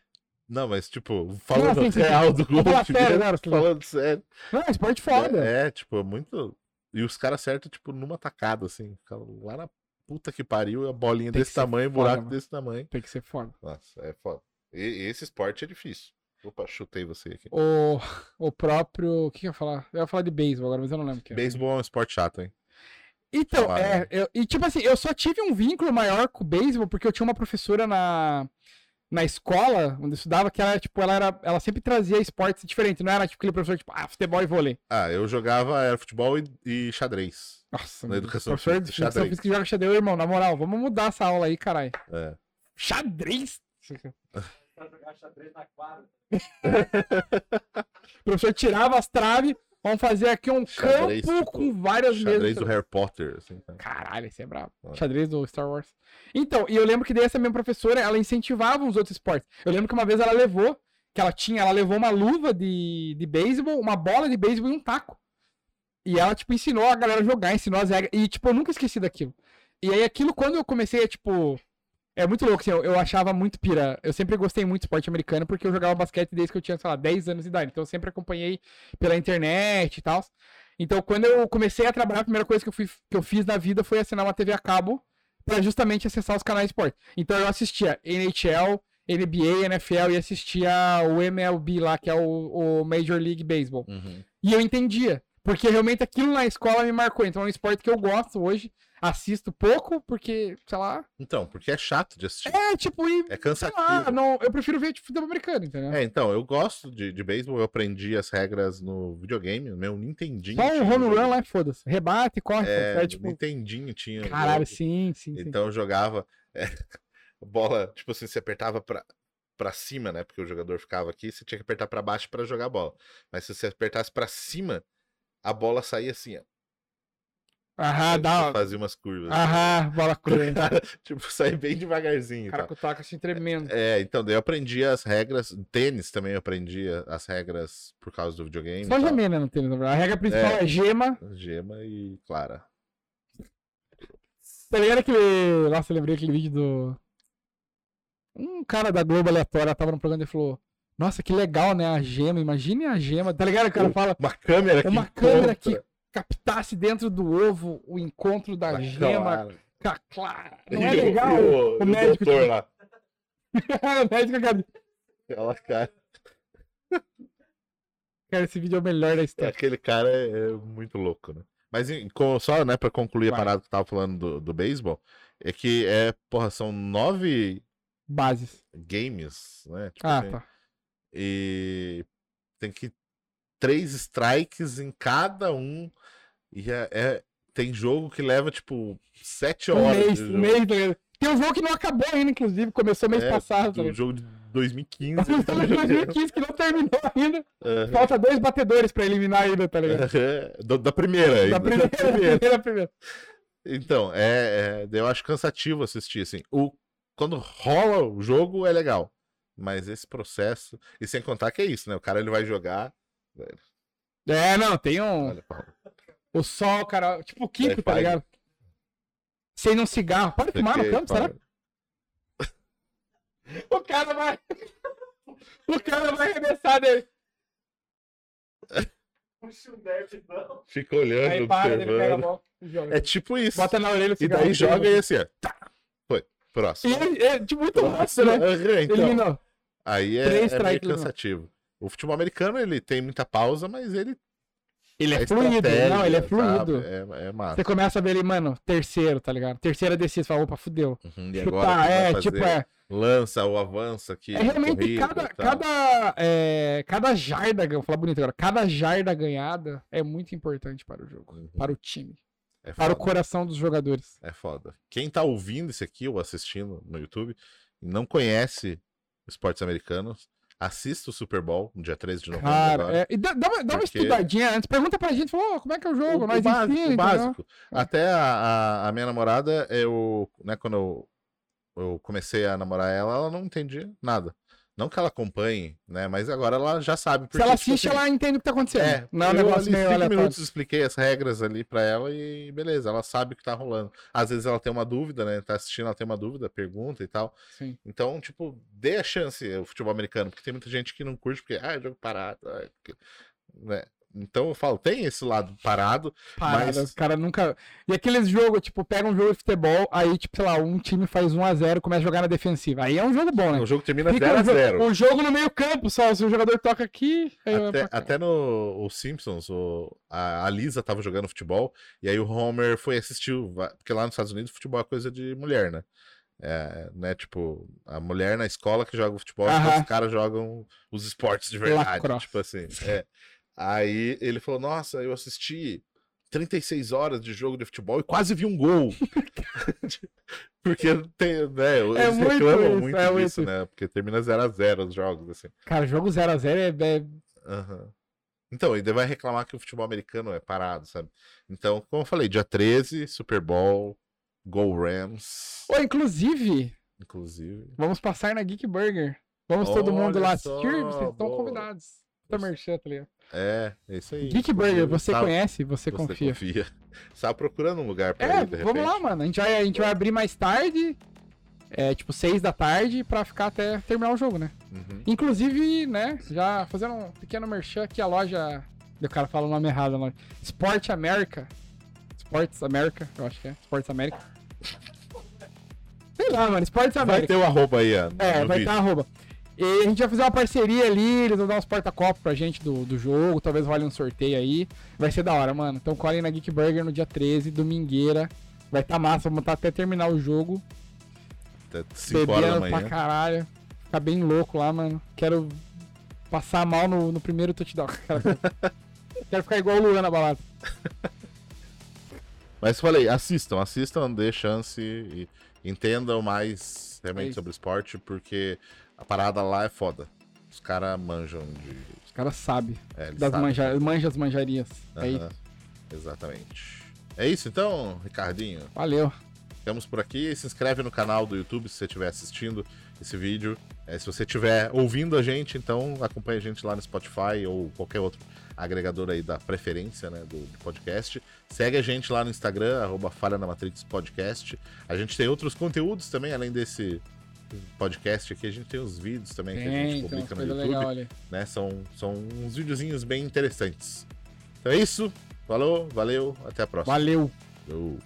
A: Não, mas tipo, falando
B: sim, sim,
A: real do
B: assim, Vamos falar
A: golfe,
B: sério,
A: mesmo,
B: agora, que-
A: falando sério.
B: Não, é esporte foda.
A: É, é, tipo, é muito. E os caras acertam, tipo, numa tacada, assim. Ficava lá na puta que pariu, a bolinha
B: Tem que
A: desse
B: ser
A: tamanho, o
B: foda,
A: buraco
B: mano.
A: desse tamanho.
B: Tem que ser foda.
A: Nossa, é foda. E, e esse esporte é difícil. Opa, chutei você aqui.
B: O, o próprio. O que, que eu ia falar? Eu ia falar de beisebol agora, mas eu não lembro o que. era.
A: Beisebol é um esporte um chato, hein?
B: Então,
A: Claro.
B: é, eu- e tipo assim, eu só tive um vínculo maior com o beisebol porque eu tinha uma professora na, na escola onde eu estudava que ela, tipo, ela era, ela sempre trazia esportes diferentes, não era tipo aquele professor tipo, ah, futebol e vôlei.
A: Ah, eu jogava era futebol e, e xadrez.
B: Nossa,
A: Na educação
B: professor
A: física,
B: de educação
A: xadrez.
B: física que joga xadrez, irmão, na moral, vamos mudar essa aula aí, caralho.
A: É.
B: Xadrez?
C: Pra jogar xadrez na quadra.
B: O professor tirava as traves, vamos fazer aqui um
A: Xadrez,
B: campo
A: tipo,
B: com várias
A: Xadrez
B: mesas.
A: do Harry Potter, assim. tá?
B: Caralho, esse é brabo.
A: É.
B: Xadrez do Star Wars. Então, e eu lembro que daí essa minha professora, ela incentivava os outros esportes. Eu lembro que uma vez ela levou, que ela tinha, ela levou uma luva de, de beisebol, uma bola de beisebol e um taco. E ela, tipo, ensinou a galera a jogar, ensinou as regras. E, tipo, eu nunca esqueci daquilo. E aí, aquilo, quando eu comecei, é, tipo... É muito louco, assim, eu, eu achava muito pira. Eu sempre gostei muito de esporte americano, porque eu jogava basquete desde que eu tinha, sei lá, 10 anos de idade. Então, eu sempre acompanhei pela internet e tal. Então, quando eu comecei a trabalhar, a primeira coisa que eu, fui, que eu fiz na vida foi assinar uma TV a cabo pra justamente acessar os canais de esporte. Então, eu assistia NHL, NBA, NFL e assistia o MLB lá, que é o, o Major League Baseball.
A: Uhum.
B: E eu entendia. Porque realmente aquilo na escola me marcou. Então, é um esporte que eu gosto hoje. Assisto pouco, porque, sei lá.
A: Então, porque é chato de assistir.
B: É tipo, e,
A: É
B: sei
A: cansativo.
B: lá, não, eu prefiro ver tipo, futebol americano, entendeu?
A: É, então, eu gosto de, de beisebol, eu aprendi as regras no videogame, no meu Nintendinho.
B: Só
A: tinha
B: um home
A: videogame.
B: run lá e foda-se. Rebate, corre.
A: É,
B: É,
A: no
B: tipo,
A: Nintendinho tinha. um
B: caralho,
A: jogo.
B: sim, sim, sim.
A: Então eu jogava é, bola, tipo assim, você apertava pra, pra cima, né? Porque o jogador ficava aqui, você tinha que apertar pra baixo pra jogar a bola. Mas se você apertasse pra cima, a bola saía assim, ó.
B: Aham,
A: é, Você
B: Ah, dá. Ah,
A: Fazia umas curvas.
B: Aham, bola crua. então.
A: tipo, saía bem devagarzinho. e
B: Cara
A: tal.
B: com o taco assim tremendo.
A: É, então, daí eu aprendi as regras. Tênis também eu aprendi as regras por causa do videogame. e
B: Só
A: tal.
B: gemena no tênis, na verdade. A regra principal então. é, gema.
A: Gema e Clara.
B: Tá ligado aquele. Nossa, eu lembrei aquele vídeo do. Um cara da Globo aleatória tava no programa e falou: Nossa, que legal, né? A gema, imagine a gema. Tá ligado? O cara
A: Uh,
B: fala:
A: Uma câmera que
B: Uma câmera
A: encontra
B: que captasse dentro do ovo o encontro da
A: a
B: gema
A: Clara.
B: com a clara. Não é
A: E o-
B: legal?
A: e O, e o
B: médico
A: doutor
B: tinha-
A: lá.
B: O médico, cara,
A: Aquela cara.
B: cara, esse vídeo é o melhor da história.
A: Aquele cara é, é muito louco, né? Mas em- com- só, né, pra concluir a
B: Vai.
A: parada que eu tava falando do, do beisebol, é que é, porra, são nove
B: Bases.
A: games, né? Tipo
B: Ah,
A: assim,
B: tá.
A: E tem que três strikes em cada um. E é, é- tem jogo que leva, tipo, sete
B: Um
A: horas.
B: mês,
A: de
B: um
A: jogo.
B: mês, tá ligado? Tem um jogo que não acabou ainda, inclusive. Começou mês
A: É,
B: passado. tá
A: Do
B: ligado?
A: jogo de 2015.
B: Nós estamos em 2015 que não terminou ainda.
A: Aham.
B: Falta dois batedores pra eliminar ainda, tá ligado?
A: é, Do- da primeira ainda.
B: Da primeira,
A: É.
B: primeira, primeira.
A: Então, é, é- eu acho cansativo assistir, assim. O, quando rola o jogo, é legal. Mas esse processo. E sem contar que é isso, né? O cara ele vai jogar.
B: É, não, tem um.
A: Olha, Paulo,
B: O sol, cara. Tipo o Kiko,
A: Vai,
B: tá
A: vai.
B: ligado? Sem um cigarro. Para de fumar no
A: porque,
B: campo, será?
A: Paulo,
B: O cara vai. O cara vai arremessar dele.
C: Puxa um nerdão.
A: Fica olhando,
B: Aí para, ele pega a
A: observando.
B: bola e joga.
A: É tipo isso.
B: Bota na orelha o
A: E
B: cigarro.
A: daí joga e assim, ó. Tá. Foi.
B: E
A: Próximo.
B: ele, é de muito
A: Próximo.
B: rápido, né?
A: Aham, então,
B: Eliminou.
A: aí é,
B: Três
A: é meio
B: strikes, né?
A: cansativo. O futebol americano, ele tem muita pausa, mas ele
B: Ele é
A: é
B: fluido. Não, ele é
A: estratégia,
B: fluido.
A: sabe? É, é massa.
B: Você começa a ver ele, mano, terceiro, tá ligado? Terceira descida, você fala, opa, fudeu.
A: Uhum, e agora, o que
B: Chutar, é,
A: vai
B: tipo,
A: fazer?
B: é.
A: Lança ou avança aqui.
B: É
A: na
B: realmente
A: corrida e
B: cada,
A: tal.
B: cada, é, cada jarda, vou falar bonito agora, cada jarda ganhada é muito importante para o jogo,
A: Uhum.
B: para o time,
A: É
B: para
A: foda.
B: o coração dos jogadores.
A: É foda. Quem tá ouvindo isso aqui ou assistindo no YouTube e não conhece esportes americanos, assista o Super Bowl no dia 13 de novembro
B: Cara,
A: agora.
B: é, e dá, dá uma, dá uma
A: Porque-
B: estudadinha antes, pergunta pra gente, fala, "Ô, como é que é o jogo,
A: o,
B: nós
A: o básico,
B: ensina,
A: o
B: entendeu? É.
A: básico. Até a, a- a minha namorada, eu, né, quando eu, eu comecei a namorar ela, ela não entendia nada. Não que ela acompanhe, né? Mas agora ela já sabe.
B: Se ela
A: tipo
B: assiste,
A: assim,
B: ela entende o que tá acontecendo.
A: É,
B: não é um
A: eu
B: negócio
A: ali
B: meio
A: cinco
B: aleatório.
A: minutos expliquei as regras ali pra ela e beleza, ela sabe o que tá rolando. Às vezes ela tem uma dúvida, né? Tá assistindo, ela tem uma dúvida, pergunta e tal.
B: Sim.
A: Então, tipo, dê a chance o futebol americano, porque tem muita gente que não curte porque, ah, é jogo parado. ah, é que- né? Então eu falo, tem esse lado parado.
B: Parada,
A: Mas-
B: os caras nunca. E aqueles jogos, tipo, pega um jogo de futebol, aí, tipo, sei lá, um time faz 1x0 começa a jogar na defensiva. Aí é um jogo bom, né?
A: O jogo termina
B: Fica o, jo-
A: 0x0.
B: o jogo no meio-campo, só. Se o jogador toca aqui. Aí vai
A: Até,
B: pra cá.
A: até no os Simpsons, o- a, a Lisa tava jogando futebol, e aí o Homer foi assistir, o va- porque lá nos Estados Unidos futebol é coisa de mulher, né? É, né, tipo, a mulher na escola que joga futebol, então
B: Aham.
A: os caras jogam os esportes de verdade,
B: Lacrosse.
A: tipo assim. é. Aí ele falou, nossa, eu assisti 36 horas de jogo de futebol e quase vi um gol. Porque tem, né, eles
B: É muito
A: reclamam
B: isso,
A: muito
B: é muito
A: disso, né? Porque termina 0 a 0 os jogos, assim.
B: Cara, jogo 0x0 é, é-
A: Aham. Então, ele vai reclamar que o futebol americano é parado, sabe? Então, como eu falei, dia 13, Super Bowl, Go Rams,
B: Ô, inclusive,
A: inclusive.
B: vamos passar na Geek Burger. Vamos todo mundo
A: Olha
B: lá
A: só,
B: assistir, vocês estão
A: boa.
B: convidados. Tá merchan, tá ligado?
A: É, é isso aí.
B: Geek Burger, você
A: Tá-
B: conhece, você,
A: você
B: confia.
A: Estava procurando um lugar pra
B: É,
A: ir, de repente.
B: vamos lá, mano. A gente vai, a gente vai abrir mais tarde. É, tipo, 6 da tarde, pra ficar até terminar o jogo, né?
A: Uhum.
B: Inclusive, né, já fazendo um pequeno merchan aqui, a loja. O cara fala o nome errado, a loja. Sport America. Sports America, eu acho que é. Sports America. Sei lá, mano. Sports
A: Vai
B: America.
A: ter o arroba aí, ó, no
B: É, vai
A: vídeo.
B: estar arroba. E a gente vai fazer uma parceria ali, eles vão dar uns porta-copos pra gente do, do jogo, talvez role um sorteio aí. Vai ser da hora, mano. Então colhem na Geek Burger no dia 13, domingueira. Vai tá massa, vamos tá até terminar o jogo.
A: Tá 5 horas da
B: Bebendo pra
A: manhã.
B: caralho. Ficar bem louco lá, mano. Quero passar mal no, no primeiro touchdown. Quero- Quero ficar igual o Luan na balada.
A: Mas falei, assistam, assistam, dê chance e entendam mais realmente
B: É isso.
A: sobre esporte, porque a parada lá é foda. Os caras manjam de.
B: Os caras sabem
A: É, eles
B: das
A: sabem.
B: manja, manja as manjarias. É
A: Aham,
B: isso.
A: Exatamente. É isso então, Ricardinho.
B: Valeu.
A: Ficamos por aqui. Se inscreve no canal do YouTube se você estiver assistindo esse vídeo. Eh, se você estiver ouvindo a gente, então acompanha a gente lá no Spotify ou qualquer outro agregador aí da preferência né, do, do podcast. Segue a gente lá no Instagram, arroba Falha na Matrix Podcast. A gente tem outros conteúdos também, além desse podcast aqui. A gente tem os vídeos também que a
B: Tem,
A: gente
B: tem umas
A: publica no
B: coisas
A: YouTube
B: legais ali.
A: né? São, são uns videozinhos bem interessantes. Então é isso. Falou, valeu, até a próxima.
B: Valeu.
A: Falou.